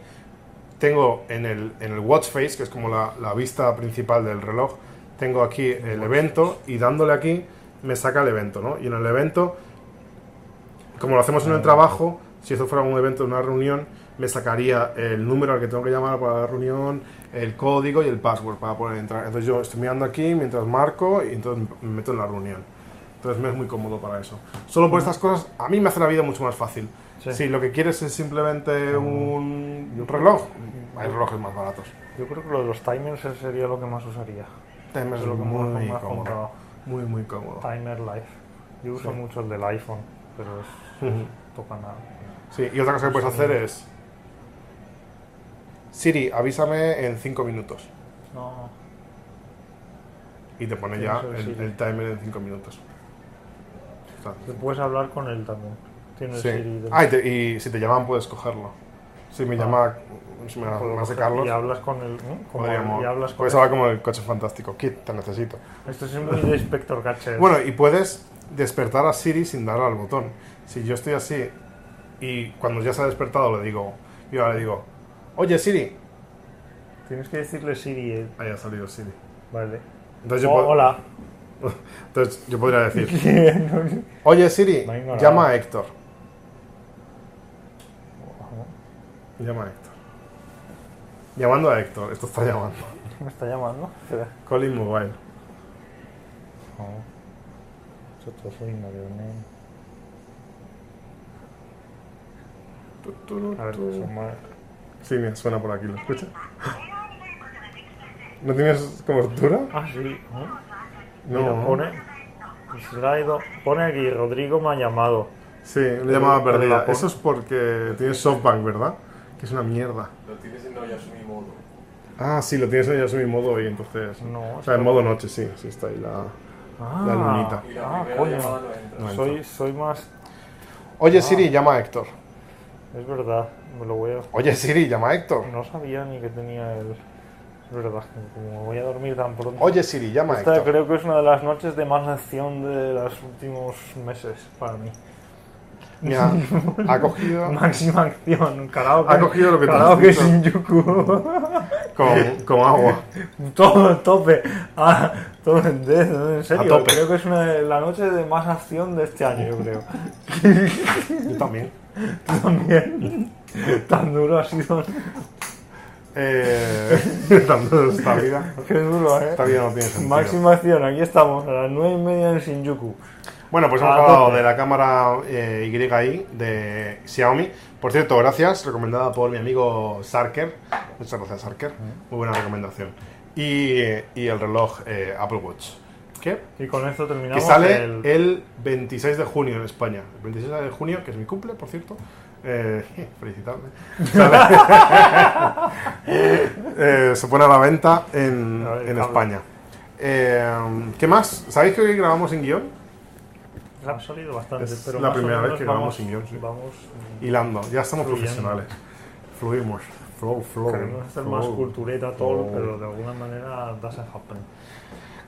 B: Tengo en el, en el watch face, que es como la, la vista principal del reloj, tengo aquí el evento y dándole aquí me saca el evento, ¿no? Y en el evento, como lo hacemos en el trabajo, si esto fuera un evento, una reunión, me sacaría el número al que tengo que llamar para la reunión, el código y el password para poder entrar. Entonces yo estoy mirando aquí mientras marco y entonces me meto en la reunión. Entonces me es muy cómodo para eso. Solo por estas cosas, a mí me hace la vida mucho más fácil.
C: Sí.
B: Si lo que quieres es simplemente un reloj, hay relojes más baratos.
C: Yo creo que lo de los timers sería lo que más usaría.
B: También es
C: Es lo que más,
B: muy
C: más
B: cómodo.
C: comprado.
B: Muy, muy cómodo.
C: Timer Life. Yo uso
B: Sí.
C: mucho el del iPhone, pero es,
B: Ujú.
C: toca nada.
B: Sí, y otra cosa que puedes hacer es... Siri, avísame en 5 minutos.
C: No.
B: Y te pone
C: Sí,
B: ya
C: eso es
B: el,
C: Siri.
B: el timer en 5 minutos. Está.
C: Te puedes hablar con él también. Tiene
B: Sí.
C: Siri. dentro.
B: Ah, y, te- y si te llaman puedes cogerlo. Si me llama, si me me hace Carlos,
C: Y hablas con el. ¿no? Como-
B: podríamos.
C: y hablas con
B: Puedes
C: el-
B: hablar como el coche fantástico. Kit, te necesito.
C: Esto es muy de Inspector Gadget.
B: Bueno, y puedes despertar a Siri sin darle al botón. Si yo estoy así y cuando ya se ha despertado le digo, yo ahora le digo, oye Siri.
C: Tienes que decirle Siri. eh.
B: Ahí ha salido Siri.
C: Vale.
B: Entonces
C: Oh,
B: yo, pod-
C: hola.
B: entonces yo podría decir, oye Siri,
C: Me ha ignorado.
B: llama a Héctor. Llama a Héctor. Llamando a Héctor, esto está llamando.
C: Me está llamando. Espera.
B: Colin Mobile.
C: Oh. Yo te soy ignorante.
B: Tu, tu, tu,
C: A ver,
B: tu.
C: son más-
B: Sí, mira, suena por aquí, ¿lo escuchas? ¿No tienes cobertura?
C: Ah, sí. ¿no?
B: No.
C: Mira, pone. Slido. Pone aquí, Rodrigo me ha llamado.
B: Sí, le llamaba
C: Pero la
B: perdida.
C: pon-
B: Eso es porque tienes SoftBank, ¿verdad? Que es una mierda.
E: Lo tienes en Oyasumi modo.
B: Ah, sí, lo tienes en Yasumi modo y entonces...
C: No,
B: o sea, en modo noche, sí, sí está ahí la...
C: Ah,
B: La lunita.
E: Y la
C: Ah,
E: primera
C: coño.
E: llamada no entra.
B: No
C: Soy,
B: entra.
C: soy más.
B: Oye Siri, llama a Héctor.
C: Es verdad. Me lo voy a.
B: Oye Siri, llama a Héctor.
C: No sabía ni que tenía el. Es verdad, que como voy a dormir tan pronto.
B: Oye Siri, llama a
C: Esta
B: Héctor.
C: creo que es una de las noches de más acción de los últimos meses para mí.
B: Mira, ha cogido
C: Máxima acción, karaoke.
B: Ah. Ha cogido lo que te
C: karaoke
B: has
C: sin
B: dicho.
C: yuku.
B: con, con agua.
C: Todo a tope. Ah, todo en, en serio.
B: A tope.
C: Creo que es una de la noche de más acción de este año, yo creo.
B: Yo también.
C: También. Tan duro ha sido.
B: Eh, tanto esta vida.
C: Qué duro, eh.
B: Esta vida no tiene sentido.
C: Máxima acción, aquí estamos, a las nueve y media en Shinjuku.
B: Bueno, pues hemos
C: Ah,
B: hablado
C: tope.
B: de la cámara eh, YI de Xiaomi. Por cierto, gracias, recomendada por mi amigo Sarker. Muchas gracias, Sarker. Muy buena recomendación. Y, y el reloj eh, Apple Watch, que,
C: Y con esto terminamos
B: que sale
C: el-
B: el... 26 de junio en España. El 26 de junio, que es mi cumple, por cierto. Eh, felicitarme. Sale- Eh, se pone a la venta en,
C: A ver,
B: en
C: Pablo.
B: España. Eh, ¿Qué más? ¿Sabéis que hoy grabamos sin guión?
C: Ha salido bastante,
B: Es
C: pero
B: la
C: más o
B: primera vez
C: menos
B: que grabamos
C: vamos-
B: sin guión, sí.
C: Vamos,
B: Hilando, ya estamos
C: Fluyendo.
B: profesionales. Fluimos. Flow, flow.
C: queremos hacer
B: flow.
C: más cultureta todo,
B: flow.
C: pero de alguna manera das a happen.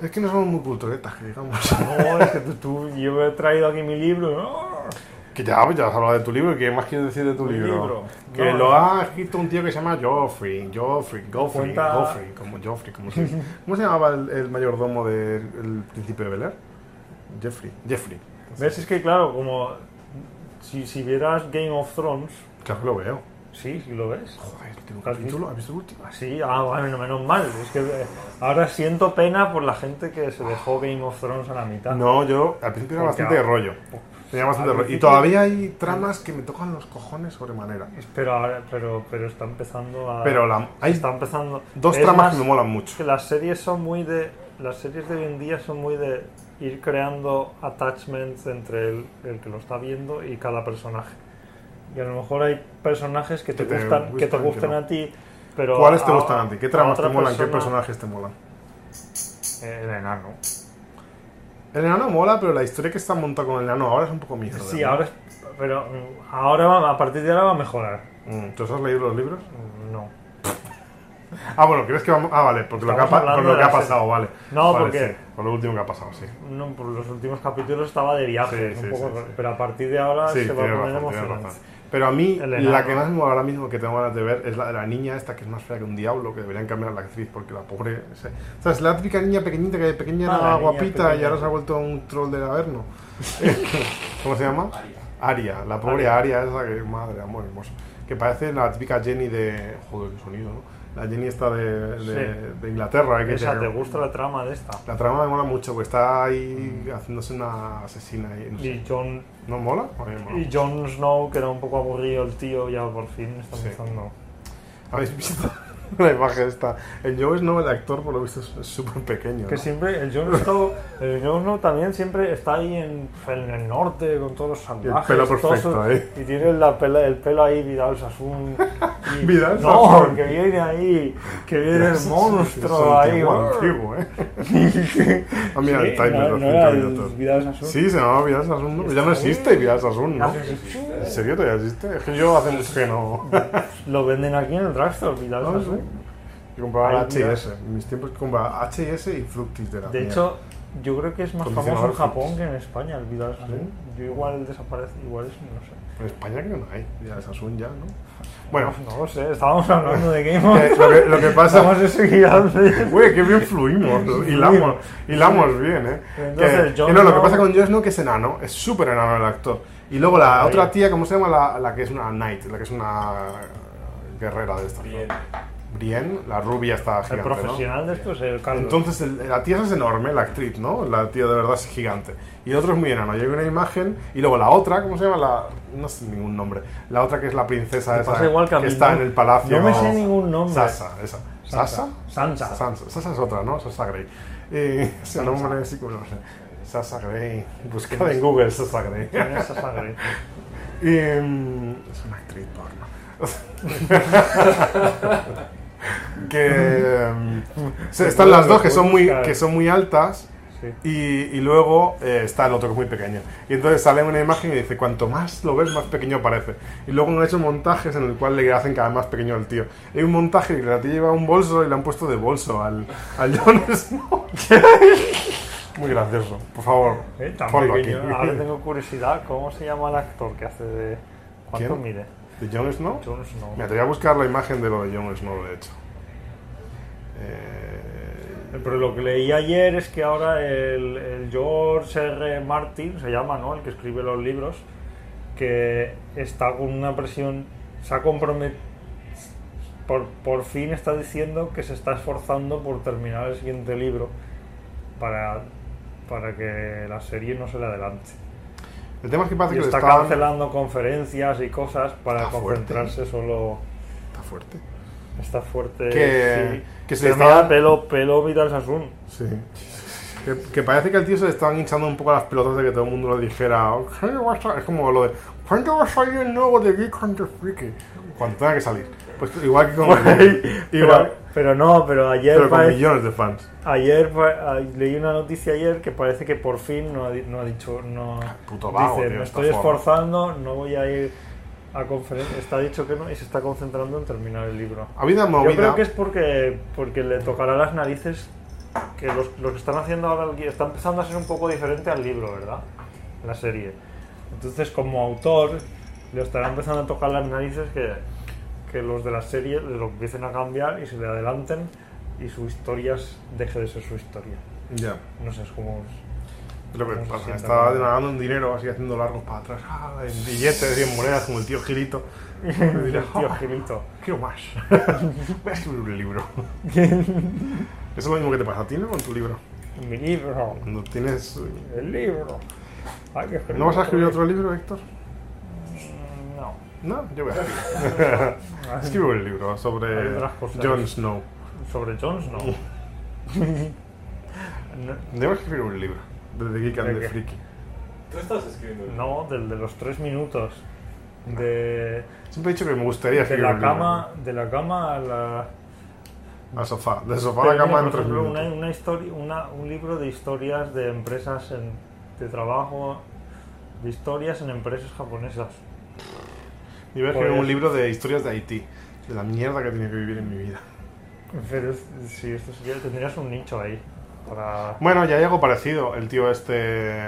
B: Es que no somos muy ¿eh? culturetas, que digamos.
C: No, es que tú, tú- yo he traído aquí mi libro. ¿no?
B: que ya, ya has hablado de tu libro, ¿qué más quieres decir de tu
C: Mi
B: libro?
C: libro.
B: Que
C: No,
B: lo
C: no.
B: ha escrito un tío que se llama Joffrey, Joffrey, Goffrey,
C: Cuenta-
B: Goffrey, como Joffrey, como se dice. ¿Cómo se llamaba el, el mayordomo del el príncipe de Bel Air? Jeffrey, Jeffrey.
C: ¿Ves? Es que claro, como si, si vieras Game of Thrones,
B: Claro que lo veo.
C: sí, sí lo ves.
B: Joder, el último
C: ¿Has visto?
B: capítulo, ¿has visto el último?
C: Sí, ah, bueno, menos mal. Es que eh, ahora siento pena por la gente que se dejó Game of Thrones a la mitad.
B: No, yo al principio era
C: Porque
B: bastante de
C: ahora-
B: rollo. Tenía bastante
C: al
B: rollo. Y
C: principio-
B: todavía hay tramas que me tocan los cojones sobremanera.
C: Pero, ahora- pero, pero está empezando a.
B: Pero la- hay
C: está empezando.
B: Dos
C: es
B: tramas
C: más,
B: que me molan mucho.
C: que las series son muy de. Las series de hoy en día son muy de ir creando attachments entre el, el que lo está viendo y cada personaje. Y a lo mejor hay personajes que te,
B: Que te
C: gustan, que te
B: gustan, que
C: gusten
B: no.
C: a ti, pero.
B: ¿Cuáles te
C: a-
B: gustan a ti? ¿Qué tramas te
C: otra
B: molan? ¿Qué
C: persona-
B: personajes te molan?
C: Eh, El enano.
B: El enano mola, pero la historia que está montada con el enano ahora es un poco mierda.
C: Sí,
B: ¿no?
C: ahora. es- Pero mm, ahora va- a partir de ahora va a mejorar.
B: Mm, ¿Tú has leído los libros?
C: Mm, No.
B: Ah, bueno, ¿crees que vamos...? Ah, vale, porque lo que ha,
C: Estamos
B: pa- con
C: hablando
B: lo
C: de
B: que ha
C: la
B: pasado,
C: serie.
B: vale.
C: No,
B: Vale,
C: porque- Ah,
B: sí, con lo último que ha pasado, sí.
C: No, por los últimos capítulos estaba de viaje,
B: Sí,
C: un
B: sí,
C: poco,
B: sí, sí.
C: pero a partir de ahora
B: Sí,
C: se va a
B: tienes
C: poner
B: razón, tienes
C: emocionante.
B: razón. Pero a mí,
C: El
B: la
C: enano.
B: que más me mola ahora mismo, que tengo ganas de ver, es la de la niña esta, que es más fea que un diablo, que deberían cambiar la actriz, porque la pobre... se- O sea, es la típica niña pequeñita que de pequeña
C: Ah, la
B: era
C: niña
B: guapita y
C: pequeña.
B: ahora se ha vuelto un troll del averno. ¿Cómo se llama?
E: Aria.
B: Aria, la pobre Aria, esa que, madre, amor hermoso. Que parece la típica Jenny de. Joder, qué sonido, ¿no? La Jenny esta de, de,
C: Sí.
B: de Inglaterra, ¿eh? que
C: Esa,
B: te-
C: ¿te gusta la trama de esta?
B: La trama me mola mucho, porque está ahí
C: Mm.
B: haciéndose una asesina. Y, no, sé.
C: Y John,
B: ¿No mola? A mí me mola.
C: y Jon Snow, que era un poco aburrido el tío, ya por fin está
B: Sí.
C: empezando.
B: ¿Habéis visto? La imagen está. El Joe Snow, el actor, por lo visto, es es súper pequeño.
C: Que
B: ¿no?
C: siempre el Jon Snow, el Jon Snow también siempre está ahí en, en el norte con todos los salvajes.
B: pelo perfecto,
C: todos sus-
B: ¿eh?
C: Y tiene la pela- el pelo ahí Vidal Sassoon. y-
B: Vidal
C: no,
B: Sassoon.
C: que viene ahí, que viene el
B: Sí, sí, sí,
C: monstruo
B: es
C: ahí.
B: antiguo,
C: brr.
B: antiguo, ¿eh? Ah, mira,
C: Sí,
B: el timer,
C: no,
B: lo
C: no era
B: siento,
C: el
B: minutos.
C: Vidal Sassoon.
B: Sí, se llamaba Vidal Sassoon, ¿no? ya no existe Vidal Sassoon, ¿no? ¿En serio todavía existe? Es que yo hace mucho que no.
C: Lo venden aquí en el drugstore, Vidal
B: Ah,
C: Sassoon.
B: Yo compraba
C: Ahí, mira.
B: HS. En mis tiempos compraba HS y Fructis de la
C: De
B: mierda.
C: hecho, yo creo que es más famoso en
B: Condicionador Ah,
C: Japón
B: Philips.
C: que en España el Vidal Sassoon. Yo igual desaparece, igual es, no sé.
B: En España creo que no hay Vidal Sassoon ya, ¿no? Bueno,
C: No lo sé, estábamos hablando de Game
B: eh,
C: of
B: lo, que, lo que pasa...
C: Vamos a seguir hablando.
B: Güey, que bien fluimos, hilamos, hilamos bien, ¿eh?
C: Entonces,
B: que,
C: Jon
B: que no, lo que
C: Snow-
B: pasa con Jon Snow que es enano, es súper enano el actor. Y luego la
C: Ahí.
B: otra tía, ¿cómo se llama? La, la que es una knight, la que es una guerrera de estas. ¿no?
E: Bien.
B: Brienne, la rubia está
C: El
B: gigante, ¿no?
C: profesional de esto es el Carlos.
B: Entonces, el- la tía esa es enorme, la actriz, ¿no? La tía de verdad es gigante. Y el otro es muy enano. Y hay una imagen. Y luego la otra, ¿cómo se llama? La, no sé ningún nombre. La otra que es la princesa
C: Me
B: esa
C: pasa igual que a mí,
B: está
C: ¿no?
B: en el palacio.
C: No me sé ningún nombre.
B: Sasa, esa. ¿Sasa?
C: Sansa.
B: Sansa. Sasa es otra, ¿no? Sasa Grey. Eh, ese nombre sí como no sé. Sasa Grey. Buscada en Google, Sasa Grey.
C: Tiene esa sangre.
B: Eh, es una actriz porno. que em, se- están las dos que son muy que son muy altas
C: Sí. Eh,
B: y, y luego eh, está el otro que es muy pequeño y entonces sale una imagen y dice cuanto más lo ves más pequeño parece y luego han hecho montajes en el cual le hacen cada vez más pequeño al tío hay un montaje que la tía lleva un bolso y le han puesto de bolso al al Jon Snow muy gracioso por favor
C: Eh, tan
B: ponlo aquí
C: pequeño. Ahora tengo curiosidad, ¿cómo se llama el actor que hace de. ¿Cuánto
B: ¿Quién?
C: mide?
B: de Jon Snow
C: Jon Snow.
B: Mira, te voy a buscar la imagen de lo de Jon Snow, de hecho. Eh,
C: Pero lo que leí ayer es que ahora el, el George R. Martin, se llama, ¿no? El que escribe los libros, que está con una presión, se ha comprometido, por, por fin está diciendo que se está esforzando por terminar el siguiente libro para, para que la serie no se le adelante.
B: el tema es Ah, que parece
C: Y
B: que le
C: está
B: estaban-
C: cancelando conferencias y cosas para
B: Está fuerte.
C: concentrarse solo...
B: Está fuerte.
C: Está fuerte.
B: Que- que se
C: Pero
B: está-
C: mira, pelo, pelo Vidal Sassoon.
B: Sí. Que, que parece que al tío se le estaban hinchando un poco las pelotas de que todo el mundo le dijera "¿Qué vas a-?" Es como lo de ¿Cuándo va a salir el nuevo de Geek and the Freaky? Cuando tenga que salir. Pues igual que con...
C: pero,
B: igual,
C: pero no, pero ayer,
B: pero con
C: pare-
B: millones de fans.
C: ayer pa- a- leí una noticia ayer que parece que por fin no ha, di- no ha dicho. No,
B: Ah, Puto vago,
C: dice,
B: tío,
C: me
B: esta
C: estoy
B: forma".
C: esforzando, no voy a ir a conferencia. Está dicho que no y se está concentrando en terminar el libro.
B: Ha habido
C: Yo
B: movida...
C: creo que es porque, porque le tocará las narices que los, los que están haciendo ahora el guión está empezando a ser un poco diferente al libro, ¿verdad? La serie. Entonces, como autor, le estará empezando a tocar las narices que, que los de la serie lo empiecen a cambiar y se le adelanten y su historia es- deje de ser su historia.
B: Ya.
C: No sé, es como...
B: Lo que
C: No se
B: pasa,
C: sienta
B: estaba
C: mal.
B: denagando en dinero, así haciendo largos para atrás, ah, en billetes, en monedas, como el tío Gilito. Y dirá,
C: Tío Gilito.
B: Quiero más. Voy a escribir un libro. ¿Eso es lo mismo que te pasa a ti, ¿no? Con tu libro.
C: Mi libro.
B: Cuando tienes. eh,
C: El libro. Hay que escribir
B: ¿No vas a escribir
C: otro
B: otro libro, Héctor?
C: libro. No.
B: No, yo voy a escribir. Escribo el libro
C: Hay
B: sobre
C: otras Ah, cosas.
B: Jon Snow.
C: Sobre Jones, no. No,
B: Debo escribir un libro. De The Geek
C: ¿De
B: and the
C: qué?
B: Freaky.
E: Tú estás escribiendo.
C: No, del de los tres minutos. De,
B: Siempre he dicho que me gustaría
C: de
B: escribir
C: la
B: un libro.
C: cama, de la cama a la.
B: Al sofá. Del sofá a la
C: Tenía,
B: cama
C: por
B: en tres
C: ejemplo, una,
B: minutos.
C: una historia, una- un libro de historias de empresas en- de trabajo, de historias en empresas japonesas.
B: Yo voy a escribir
C: Pues-
B: un libro de historias de Haití, de la mierda que he tenido que vivir en mi vida.
C: Pero si esto sería, tendrías un nicho ahí para.
B: Bueno, ya hay algo parecido. El tío este.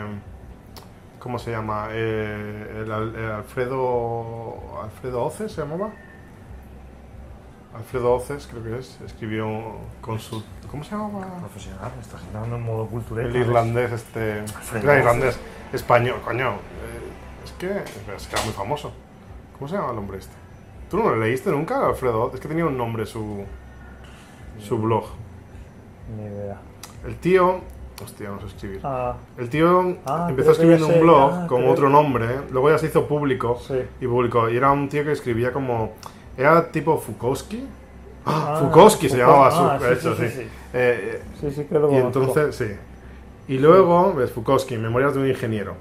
B: ¿Cómo se llama? Eh, el, Al- el Alfredo. ¿Alfredo Oces se llamaba? Alfredo Oces, creo que es. Escribió con su. ¿Cómo se llamaba?
C: Profesional, me estás entrando en modo cultural.
B: El irlandés, este.
C: Alfredo
B: Era irlandés. Español, coño. Eh, es que. pero es que era muy famoso. ¿Cómo se llama el hombre este? ¿Tú no lo leíste nunca, Alfredo? Oces? Es que tenía un nombre su. su
C: Mm.
B: blog.
C: Ni idea.
B: El tío. Hostia, no sé escribir.
C: Ah,
B: El tío
C: Ah, creo
B: empezó
C: que
B: escribiendo
C: ya
B: un
C: sé,
B: blog
C: ah,
B: con
C: creo-
B: otro nombre, luego ya se hizo público
C: Sí.
B: y publicó. Y era un tío que escribía como. Era tipo Fukowski, Ah,
C: Ah,
B: Fukowski se llamaba su.
C: Fukowski. Ah, sí,
B: eso,
C: sí,
B: sí.
C: sí, sí.
B: Eh,
C: Sí, sí, creo que
B: y
C: lo conozco.
B: entonces, sí. Y luego, ves, Fukowski, Memorias de un ingeniero.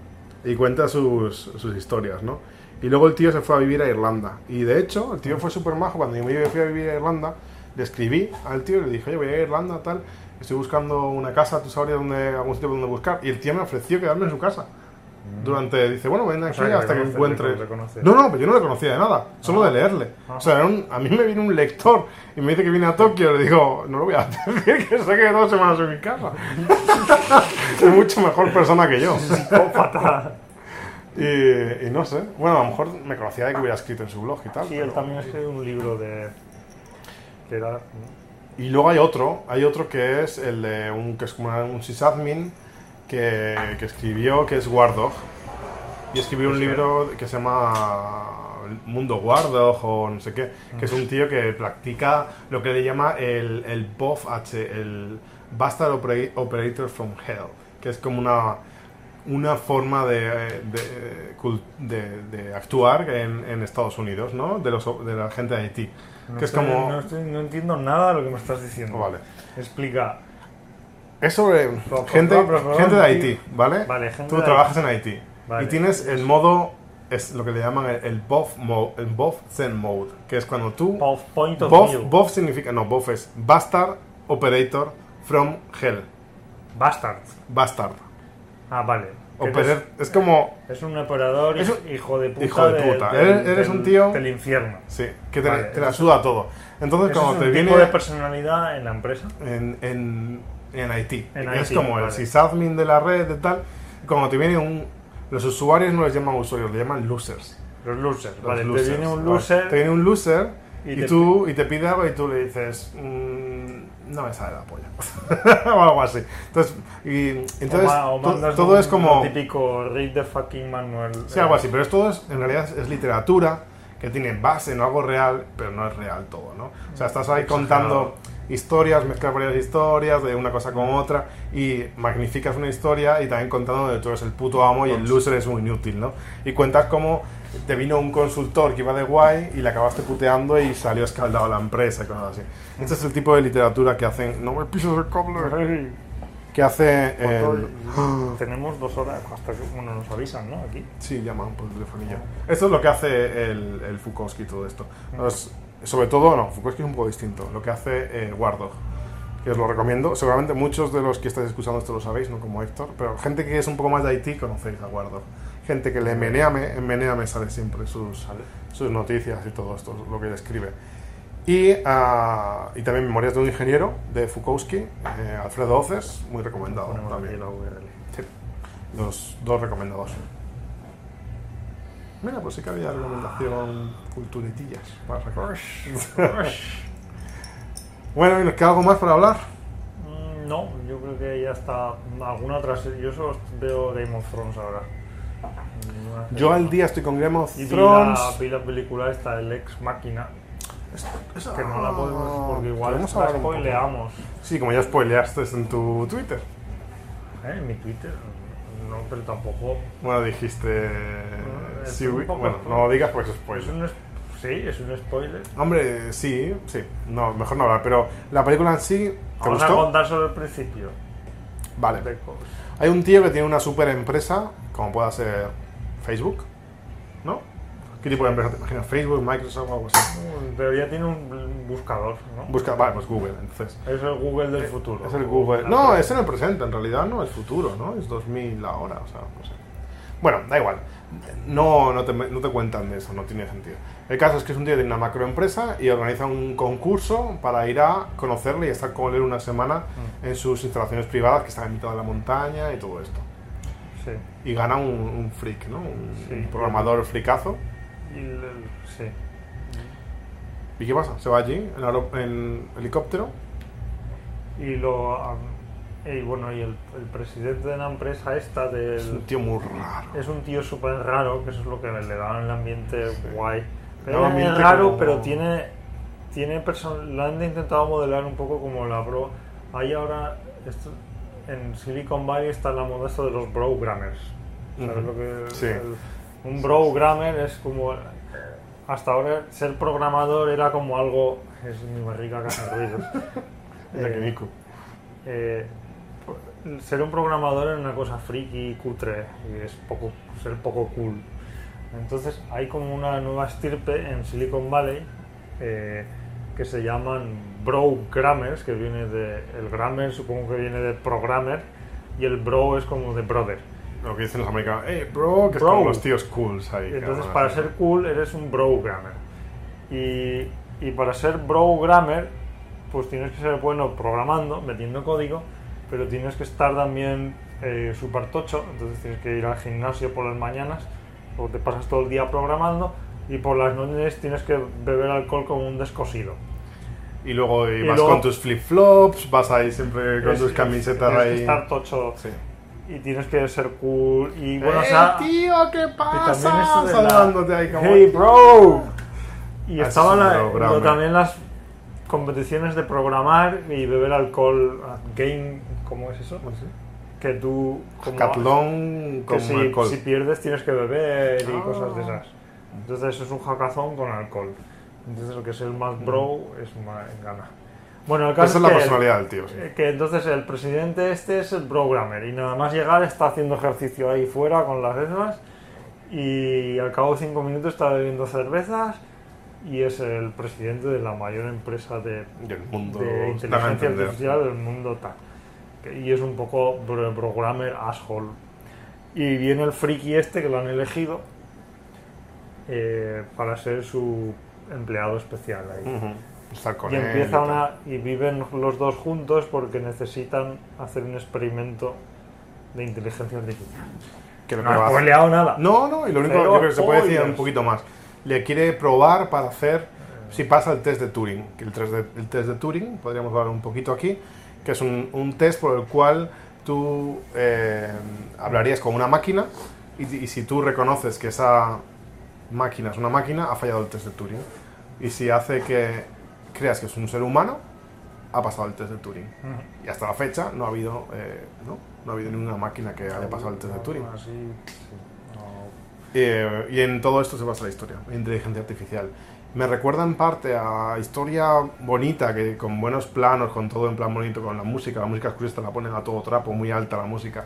B: Y cuenta sus, sus historias, ¿no? Y luego el tío se fue a vivir a Irlanda. Y de hecho, el tío fue súper majo. Cuando yo me fui a vivir a Irlanda, le escribí al tío y le dije, oye, voy a ir a Irlanda, tal. Estoy buscando una casa, tú sabrías dónde, algún sitio donde buscar. Y el tío me ofreció quedarme en su casa. Durante, dice, bueno, ven
C: O
B: aquí
C: sea, que
B: hasta que
C: reconoce-
B: encuentre.
C: reconoce. Ah.
B: No, no, pero yo no le conocía de nada, solo de leerle. O sea, era un- a mí me viene un lector y me dice que viene a Tokio. Le digo, no lo voy a decir, que se ha quedado dos semanas en mi casa. es mucho mejor persona que yo. Y, y no sé, bueno, a lo mejor me conocía de que hubiera escrito en su blog y tal.
C: Sí, él
B: pero-
C: también escribió un libro de. que era.
B: Y luego hay otro, hay otro que es el de un, que es como una- un sysadmin que, que escribió, que es Wardog. Y escribió un libro que se llama Mundo Wardog o no sé qué, que es un tío que practica lo que le llama el, el BOFH, el Bastard Opera- Operator from Hell, que es como una, una forma de, de, cul- de- de actuar en, en Estados Unidos, ¿no? De, los, de la gente de Haití.
C: No
B: que es
C: sé,
B: como...
C: No, estoy- no entiendo nada de lo que me estás diciendo.
B: Vale.
C: Explica.
B: Es sobre
C: Pero,
B: gente,
C: pero, pero, pero,
B: gente de
C: sí.
B: Haití, ¿vale?
C: Vale, gente
B: Tú
C: de
B: trabajas en Haití.
C: Vale.
B: Y tienes el modo, es lo que le llaman el, el BOF mode, el BOF Zen mode, que es cuando tú...
C: Of point of
B: BOF,
C: view.
B: BOF significa, no, BOF es Bastard Operator from Hell.
C: Bastard.
B: Bastard.
C: Ah, vale.
B: Operar- es como...
C: Es un operador
B: Es
C: es
B: un-
C: hijo de puta.
B: hijo de puta. Eres- eres un tío-
C: Del infierno.
B: Sí, que te,
C: Vale,
B: te la
C: eso-
B: suda todo. Entonces
C: Ese es
B: cuando
C: un
B: te viene...
C: tipo de personalidad en la empresa.
B: en, en, en Haití.
C: En
B: es
C: Haití,
B: como el
C: vale.
B: sysadmin de la red y tal. y Cuando te viene un... Los usuarios no les llaman usuarios, les llaman losers.
C: Los losers.
B: Los
C: vale,
B: losers,
C: te viene un
B: vale.
C: loser.
B: Te viene un loser y,
C: y te-
B: tú, y te pide algo y tú le dices... "Mm, no me sale la polla. o algo así. Entonces, y,
C: o
B: entonces
C: ma- o
B: to-
C: mandas
B: todo
C: un-
B: es como...
C: lo típico read the fucking manual.
B: Sí, algo así, pero esto es, en realidad es literatura que tiene base en algo real, pero no es real todo, ¿no? O sea, estás ahí contando historias, mezclas varias historias de una cosa con otra y magnificas una historia y también contando de tú eres el puto amo y el loser es un inútil, ¿no? Y cuentas cómo te vino un consultor que iba de guay y le acabaste puteando y salió escaldado la empresa y cosas así. Este es el tipo de literatura que hacen... No me pises el cable.
C: Ey,
B: Que hace...
C: cuatro-
B: el-
C: Tenemos dos horas hasta que bueno, nos avisan, ¿no? Aquí.
B: Sí, llaman por telefonillo. Esto es lo que hace el, el Fukowski y todo esto. Los- sobre todo, no, Fukowski es un poco distinto. Lo que hace eh, Wardog, que os lo recomiendo. Seguramente muchos de los que estáis escuchando esto lo sabéis, no como Héctor, pero gente que es un poco más de Haití conocéis a Wardog. Gente que le meneame, en meneame sale siempre sus, sus noticias y todo esto, lo que él escribe. Y, ah, y también Memorias de un ingeniero de Fukowski, eh, Alfredo Oces, muy recomendado
C: Ponemos aquí
B: también.
C: la URL.
B: Sí. Los dos recomendados. Mira, pues sí que había recomendación culturetillas para sacar. bueno, ¿y nos queda algo más para hablar?
C: Mm, No, yo creo que ya está alguna otra serie. Yo solo veo Game of Thrones ahora. No sé.
B: Yo al día estoy con Game of
C: y vi
B: Thrones.
C: la, vi la película esta, el Ex Máquina,
B: Esa-
C: que no la podemos porque igual
B: Ah, Podemos
C: la
B: hablar un poco.
C: spoileamos.
B: Sí, como ya spoileaste en tu Twitter.
C: ¿Eh? En mi Twitter, no, pero tampoco.
B: Bueno, dijiste...
C: es
B: sí,
C: un
B: uy-
C: poco-
B: bueno, no lo digas porque es
C: Es
B: spoiler.
C: un, es- sí, es un spoiler.
B: Hombre, sí, sí. No, mejor no hablar. Pero la película en sí, ¿te
C: Vamos a
B: gustó?
C: contar solo el principio.
B: Vale.
C: de cosas.
B: Hay un tío que tiene una super empresa, como pueda ser Facebook, ¿no? ¿Qué tipo de empresa te imaginas? Facebook, Microsoft o algo así.
C: Mm, Pero ya tiene un buscador, ¿no?
B: Busca, vale, pues Google, entonces.
C: Es el Google del futuro.
B: Eh, Es el Google. No,
C: Ah,
B: es en el presente, en realidad no, es futuro, ¿no? Es 2000 ahora, o sea, no sé. Bueno, da igual. No, no, te, no te cuentan de eso, no tiene sentido. El caso es que es un tío que tiene una macroempresa y organiza un concurso para ir a conocerle y estar con él una semana
C: Mm.
B: en sus instalaciones privadas que están en mitad de la montaña y todo esto.
C: Sí.
B: y gana un, un freak, ¿no? Un,
C: Sí.
B: un programador fricazo.
C: Y el- el- sí.
B: ¿Y qué pasa? Se va allí en, aero- en helicóptero.
C: Y lo. am, y bueno, y el, el presidente de la empresa esta del.
B: Es un tío muy raro.
C: Es un tío súper raro, que eso es lo que le da el ambiente guay.
B: Un
C: Pero
B: ambiente
C: es raro,
B: como-
C: pero tiene. tiene person- lo han intentado modelar un poco como la bro. Hay ahora. esto- en Silicon Valley está la moda esto de los brogrammers. ¿Sabes
B: Ujú.
C: lo que.?
B: Sí.
C: el- un brogrammer es como. hasta ahora ser programador era como algo. Es mi barriga que hace ruidos.
B: De
C: Eh,
B: Kimiko.
C: eh, ser un programador es una cosa friki y cutre y es poco, ser poco cool. Entonces hay como una nueva estirpe en Silicon Valley eh, que se llaman brogrammers, que viene de. El grammar supongo que viene de programmer y el bro es como de brother.
B: Lo que dicen los americanos, eh, bro, que
C: Bro.
B: son los tíos cools ahí.
C: Y
B: que
C: Entonces,
B: van a
C: para
B: hacer-
C: ser cool, eres un bro-grammer. Y, y para ser bro-grammer, pues tienes que ser bueno programando, metiendo código, pero tienes que estar también eh, súper tocho. Entonces, tienes que ir al gimnasio por las mañanas, o te pasas todo el día programando, y por las noches tienes que beber alcohol como un descosido.
B: Y luego y
C: y
B: vas
C: luego-
B: con tus flip-flops, vas ahí siempre con
C: Es-
B: tus
C: es-
B: camisetas
C: tienes que
B: ahí.
C: estar tocho.
B: Sí.
C: Y tienes que ser cool. Y bueno, o
B: ¡Eh,
C: sea,
B: tío, ¿qué
C: eso
B: pasa?
C: de la-
B: Saludándote ahí como...
C: Hey, bro. Y
B: Ah, eso
C: estaban
B: es un
C: la-
B: programa.
C: lo- también las competiciones de programar y beber alcohol ah, game, ¿cómo es eso? Que tú como-
B: Catlón
C: que
B: con
C: si,
B: alcohol.
C: si pierdes tienes que beber y cosas de
B: Ah.
C: esas. Entonces eso es un hackazón con alcohol. Entonces lo que es el más bro es más gana. Bueno, el
B: Esa
C: caso
B: Mm. es la
C: que el-
B: personalidad del tío. sí.
C: eh, Que entonces el presidente este es el programmer y nada más llegar está haciendo ejercicio ahí fuera con las esas y al cabo de cinco minutos está bebiendo cervezas y es el presidente de la mayor empresa de,
B: Del mundo...
C: de
B: dan a
C: inteligencia
B: entender.
C: artificial del mundo tal. Que- Y es un poco bro- programmer asshole. Y viene el friki este que lo han elegido eh, para ser su empleado especial ahí.
B: Ujú. Estar con
C: Y
B: él
C: empieza
B: tal.
C: una y viven los dos juntos porque necesitan hacer un experimento de inteligencia artificial.
B: Que lo
C: No
B: que va a
C: ha
B: hacer-
C: spoileado nada.
B: No, no, y lo único
C: Pero Eh.
B: yo creo que se puede decir
C: spoilers.
B: un poquito más. Le quiere probar para hacer si pasa el test de Turing. Que el, test de, el test de Turing, podríamos hablar un poquito aquí, que es un, un test por el cual tú eh, hablarías con una máquina y, y si tú reconoces que esa máquina es una máquina, ha fallado el test de Turing. Y si hace que creas que es un ser humano, ha pasado el test de Turing. Y hasta la fecha no ha habido, eh, ¿no? No ha habido ninguna máquina que haya pasado el test de Turing.
C: Así, sí, no.
B: Eh, y en todo esto se basa la historia, en inteligencia artificial. Me recuerda en parte a historia bonita, que con buenos planos, con todo en plan bonito, con la música, la música oscurista la ponen a todo trapo, muy alta la música,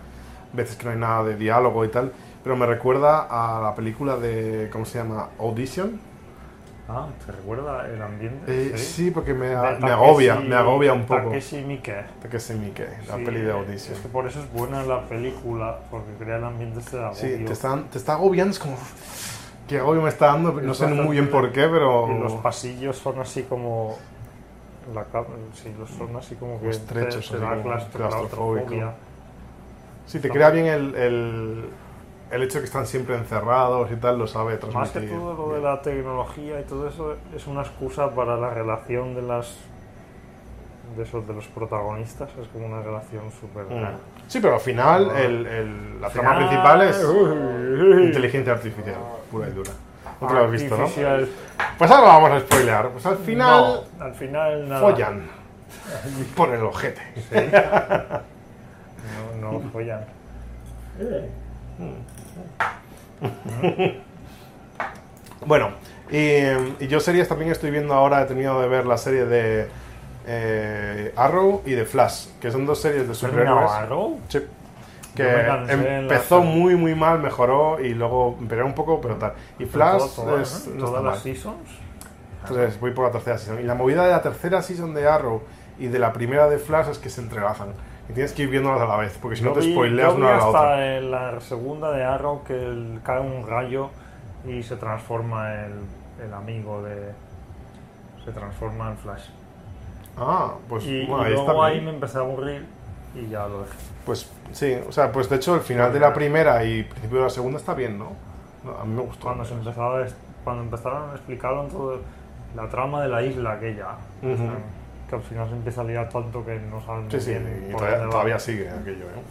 B: veces que no hay nada de diálogo y tal, pero me recuerda a la película de, ¿cómo se llama? Audition.
C: Ah, ¿te recuerda el ambiente?
B: Eh, sí. porque me,
C: De
B: me
C: Takeshi-
B: agobia, me agobia un poco.
C: Takeshi Miike.
B: Takeshi Miike, la
C: Sí,
B: peli de Audition.
C: Es que por eso es buena la película, porque crea el ambiente este de agobio.
B: Sí, te, están, te está agobiando, es como... Que agobio me está dando, no sé muy bien por qué, pero...
C: Y los pasillos son así como... La, ca- sí, los son así como que
B: Estrechos,
C: te, te
B: así
C: da
B: como
C: claustro-
B: claustrofóbico.
C: claustrofobia.
B: Sí, te crea bien el, el, el hecho de que están siempre encerrados y tal, lo sabe transmitir.
C: Más que todo lo de la tecnología y todo eso es una excusa para la relación de las de esos de los protagonistas, es como una relación súper
B: Mm. Sí, pero al final el, el- la trama
C: Final.
B: principal es
C: Uy.
B: inteligencia artificial, pura y dura. No te lo has visto, ¿no?
C: artificial.
B: Pues ahora vamos a spoilear. Pues al final
C: No, al final nada.
B: follan por el ojete.
C: No, no follan.
B: Bueno, y, y yo series también estoy viendo ahora, he tenido de ver la serie de eh, Arrow y de Flash, que son dos series de
C: ¿Terminado
B: superhéroes.
C: Arrow?
B: Sí. Que
C: Yo me cansé en la
B: empezó
C: serie.
B: muy, muy mal, mejoró y luego empeoró un poco, pero tal. Y Flash
C: Todo- todo, ¿no?
B: es, no está
C: todas
B: mal.
C: las seasons.
B: Entonces voy por la tercera season. Y la movida de la tercera season de Arrow y de la primera de Flash es que se entrelazan. Y tienes que ir viéndolas a la vez, porque si no
C: Yo
B: te
C: vi-
B: spoileas
C: yo
B: una
C: vi
B: a la
C: hasta
B: otra.
C: en la segunda de Arrow que el- cae un rayo y se transforma el, el amigo de. Se transforma en Flash.
B: Ah, pues
C: Y,
B: bueno,
C: y
B: ahí está.
C: luego ahí
B: bien.
C: me empecé a aburrir y ya lo dejé.
B: Pues sí, o sea, pues de hecho el final de la primera y principio de la segunda está bien, ¿no? No, A mí me gustó.
C: Cuando, se empezaba, a es- cuando empezaron a explicaron todo la trama de la isla aquella.
B: Ujú.
C: o sea, que al final se empieza a liar tanto que no saben
B: Sí,
C: muy
B: sí,
C: bien
B: y
C: por
B: todavía,
C: dónde va.
B: todavía sigue aquello, ¿eh?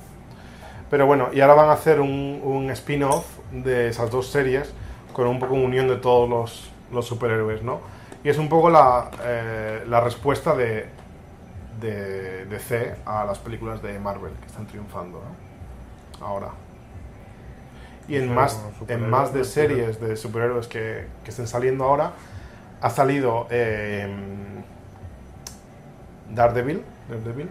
B: Pero bueno, y ahora van a hacer un, un spin-off de esas dos series con un poco unión de todos los, los superhéroes, ¿no? Y es un poco la, eh, la respuesta de, de DC a las películas de Marvel que están triunfando, ¿no? Ahora. Y en
C: Pero
B: más, en
C: superhéroes,
B: más de
C: pues,
B: series de superhéroes que, que estén saliendo ahora, ha salido eh, Daredevil, Daredevil,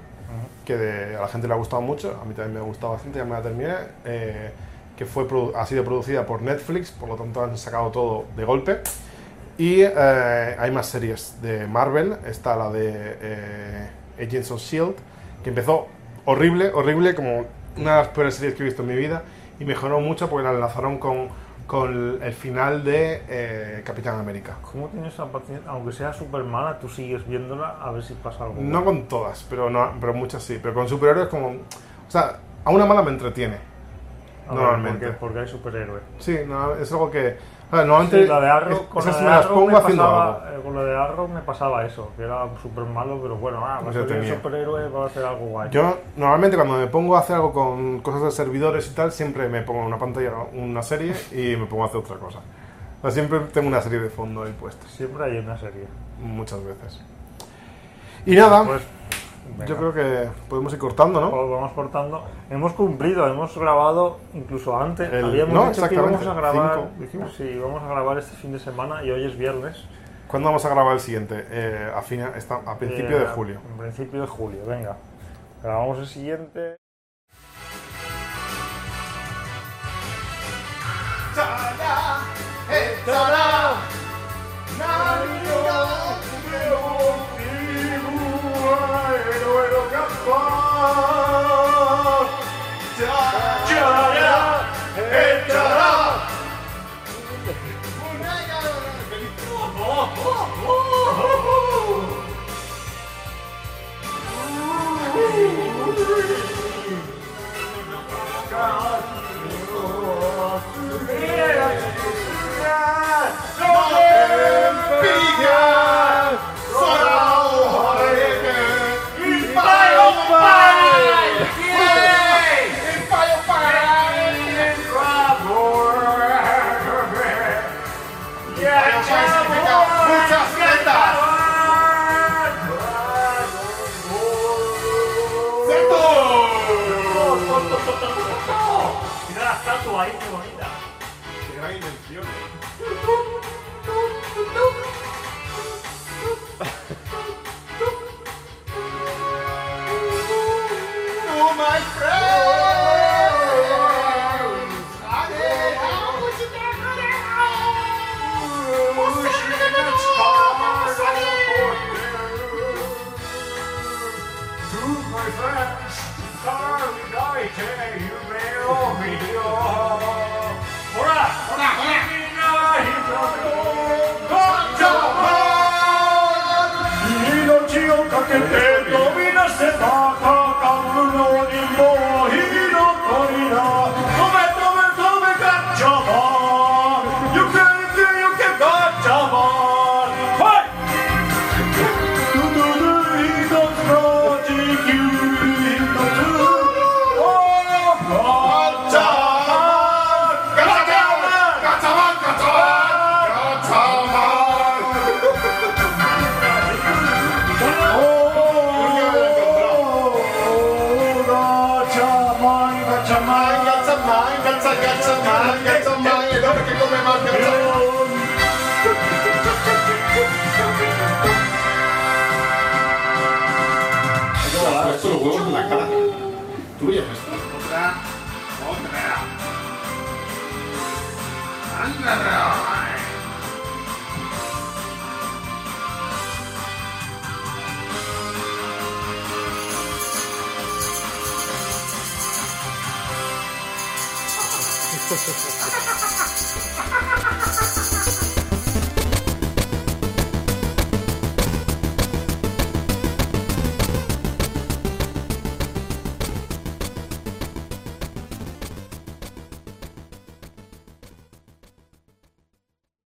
B: que de- a la gente le ha gustado mucho, a mí también me ha gustado bastante, ya me la terminé, eh, que fue, produ- ha sido producida por Netflix, por lo tanto han sacado todo de golpe. Y eh, hay más series de Marvel. Está la de eh, Agents of Shield, que empezó horrible, horrible, como una de las peores series que he visto en mi vida. Y mejoró mucho porque la enlazaron con, con el final de eh, Capitán América.
C: ¿Cómo tienes la paciencia? Aunque sea súper mala, tú sigues viéndola a ver si pasa algo.
B: No con todas, pero, no, pero muchas sí. Pero con superhéroes como... O sea, a una mala me entretiene.
C: A ver,
B: normalmente.
C: Porque, porque hay superhéroes.
B: Sí, no, es algo que... a ver, normalmente
C: Sí, la de Arrow,
B: es-
C: con,
B: esas
C: la de
B: me las
C: Arrow
B: pongo
C: me
B: haciendo algo.
C: pasaba, eh, con la de Arrow me pasaba eso, que era súper malo, pero bueno, ah, va a ser un
B: Entretenía.
C: superhéroe, va a ser algo guay.
B: Yo normalmente cuando me pongo a hacer algo con cosas de servidores y tal, siempre me pongo en una pantalla una serie y me pongo a hacer otra cosa. O sea, siempre tengo una serie de fondo ahí puesta,
C: Siempre hay una serie.
B: muchas veces. Y nada,
C: Pues, venga.
B: yo creo que podemos ir cortando, ¿no?
C: Pues vamos cortando. Hemos cumplido, hemos grabado incluso antes.
B: El-
C: Habíamos
B: no,
C: dicho que íbamos a
B: exactamente,
C: grabar.
B: cinco, dijimos.
C: sí, íbamos a grabar este fin de semana y hoy es viernes.
B: ¿Cuándo vamos a grabar el siguiente? Eh, a, fina- está- a principio
C: Eh,
B: de julio.
C: En principio de julio, venga. Grabamos el siguiente.
A: ¡Muchas letras!
C: Mira la estatua ahí, qué bonita.
A: ¡Qué gran invención! Oh, my friends! I did how would you get rid of it? What's happening to the world? What's happening? To my friends, sorry, I tell you, may all be yours. ¡Hola! ¡Hola! Puesto los huevos en la cara. Tuya es esto. Otra. Otra. Anda.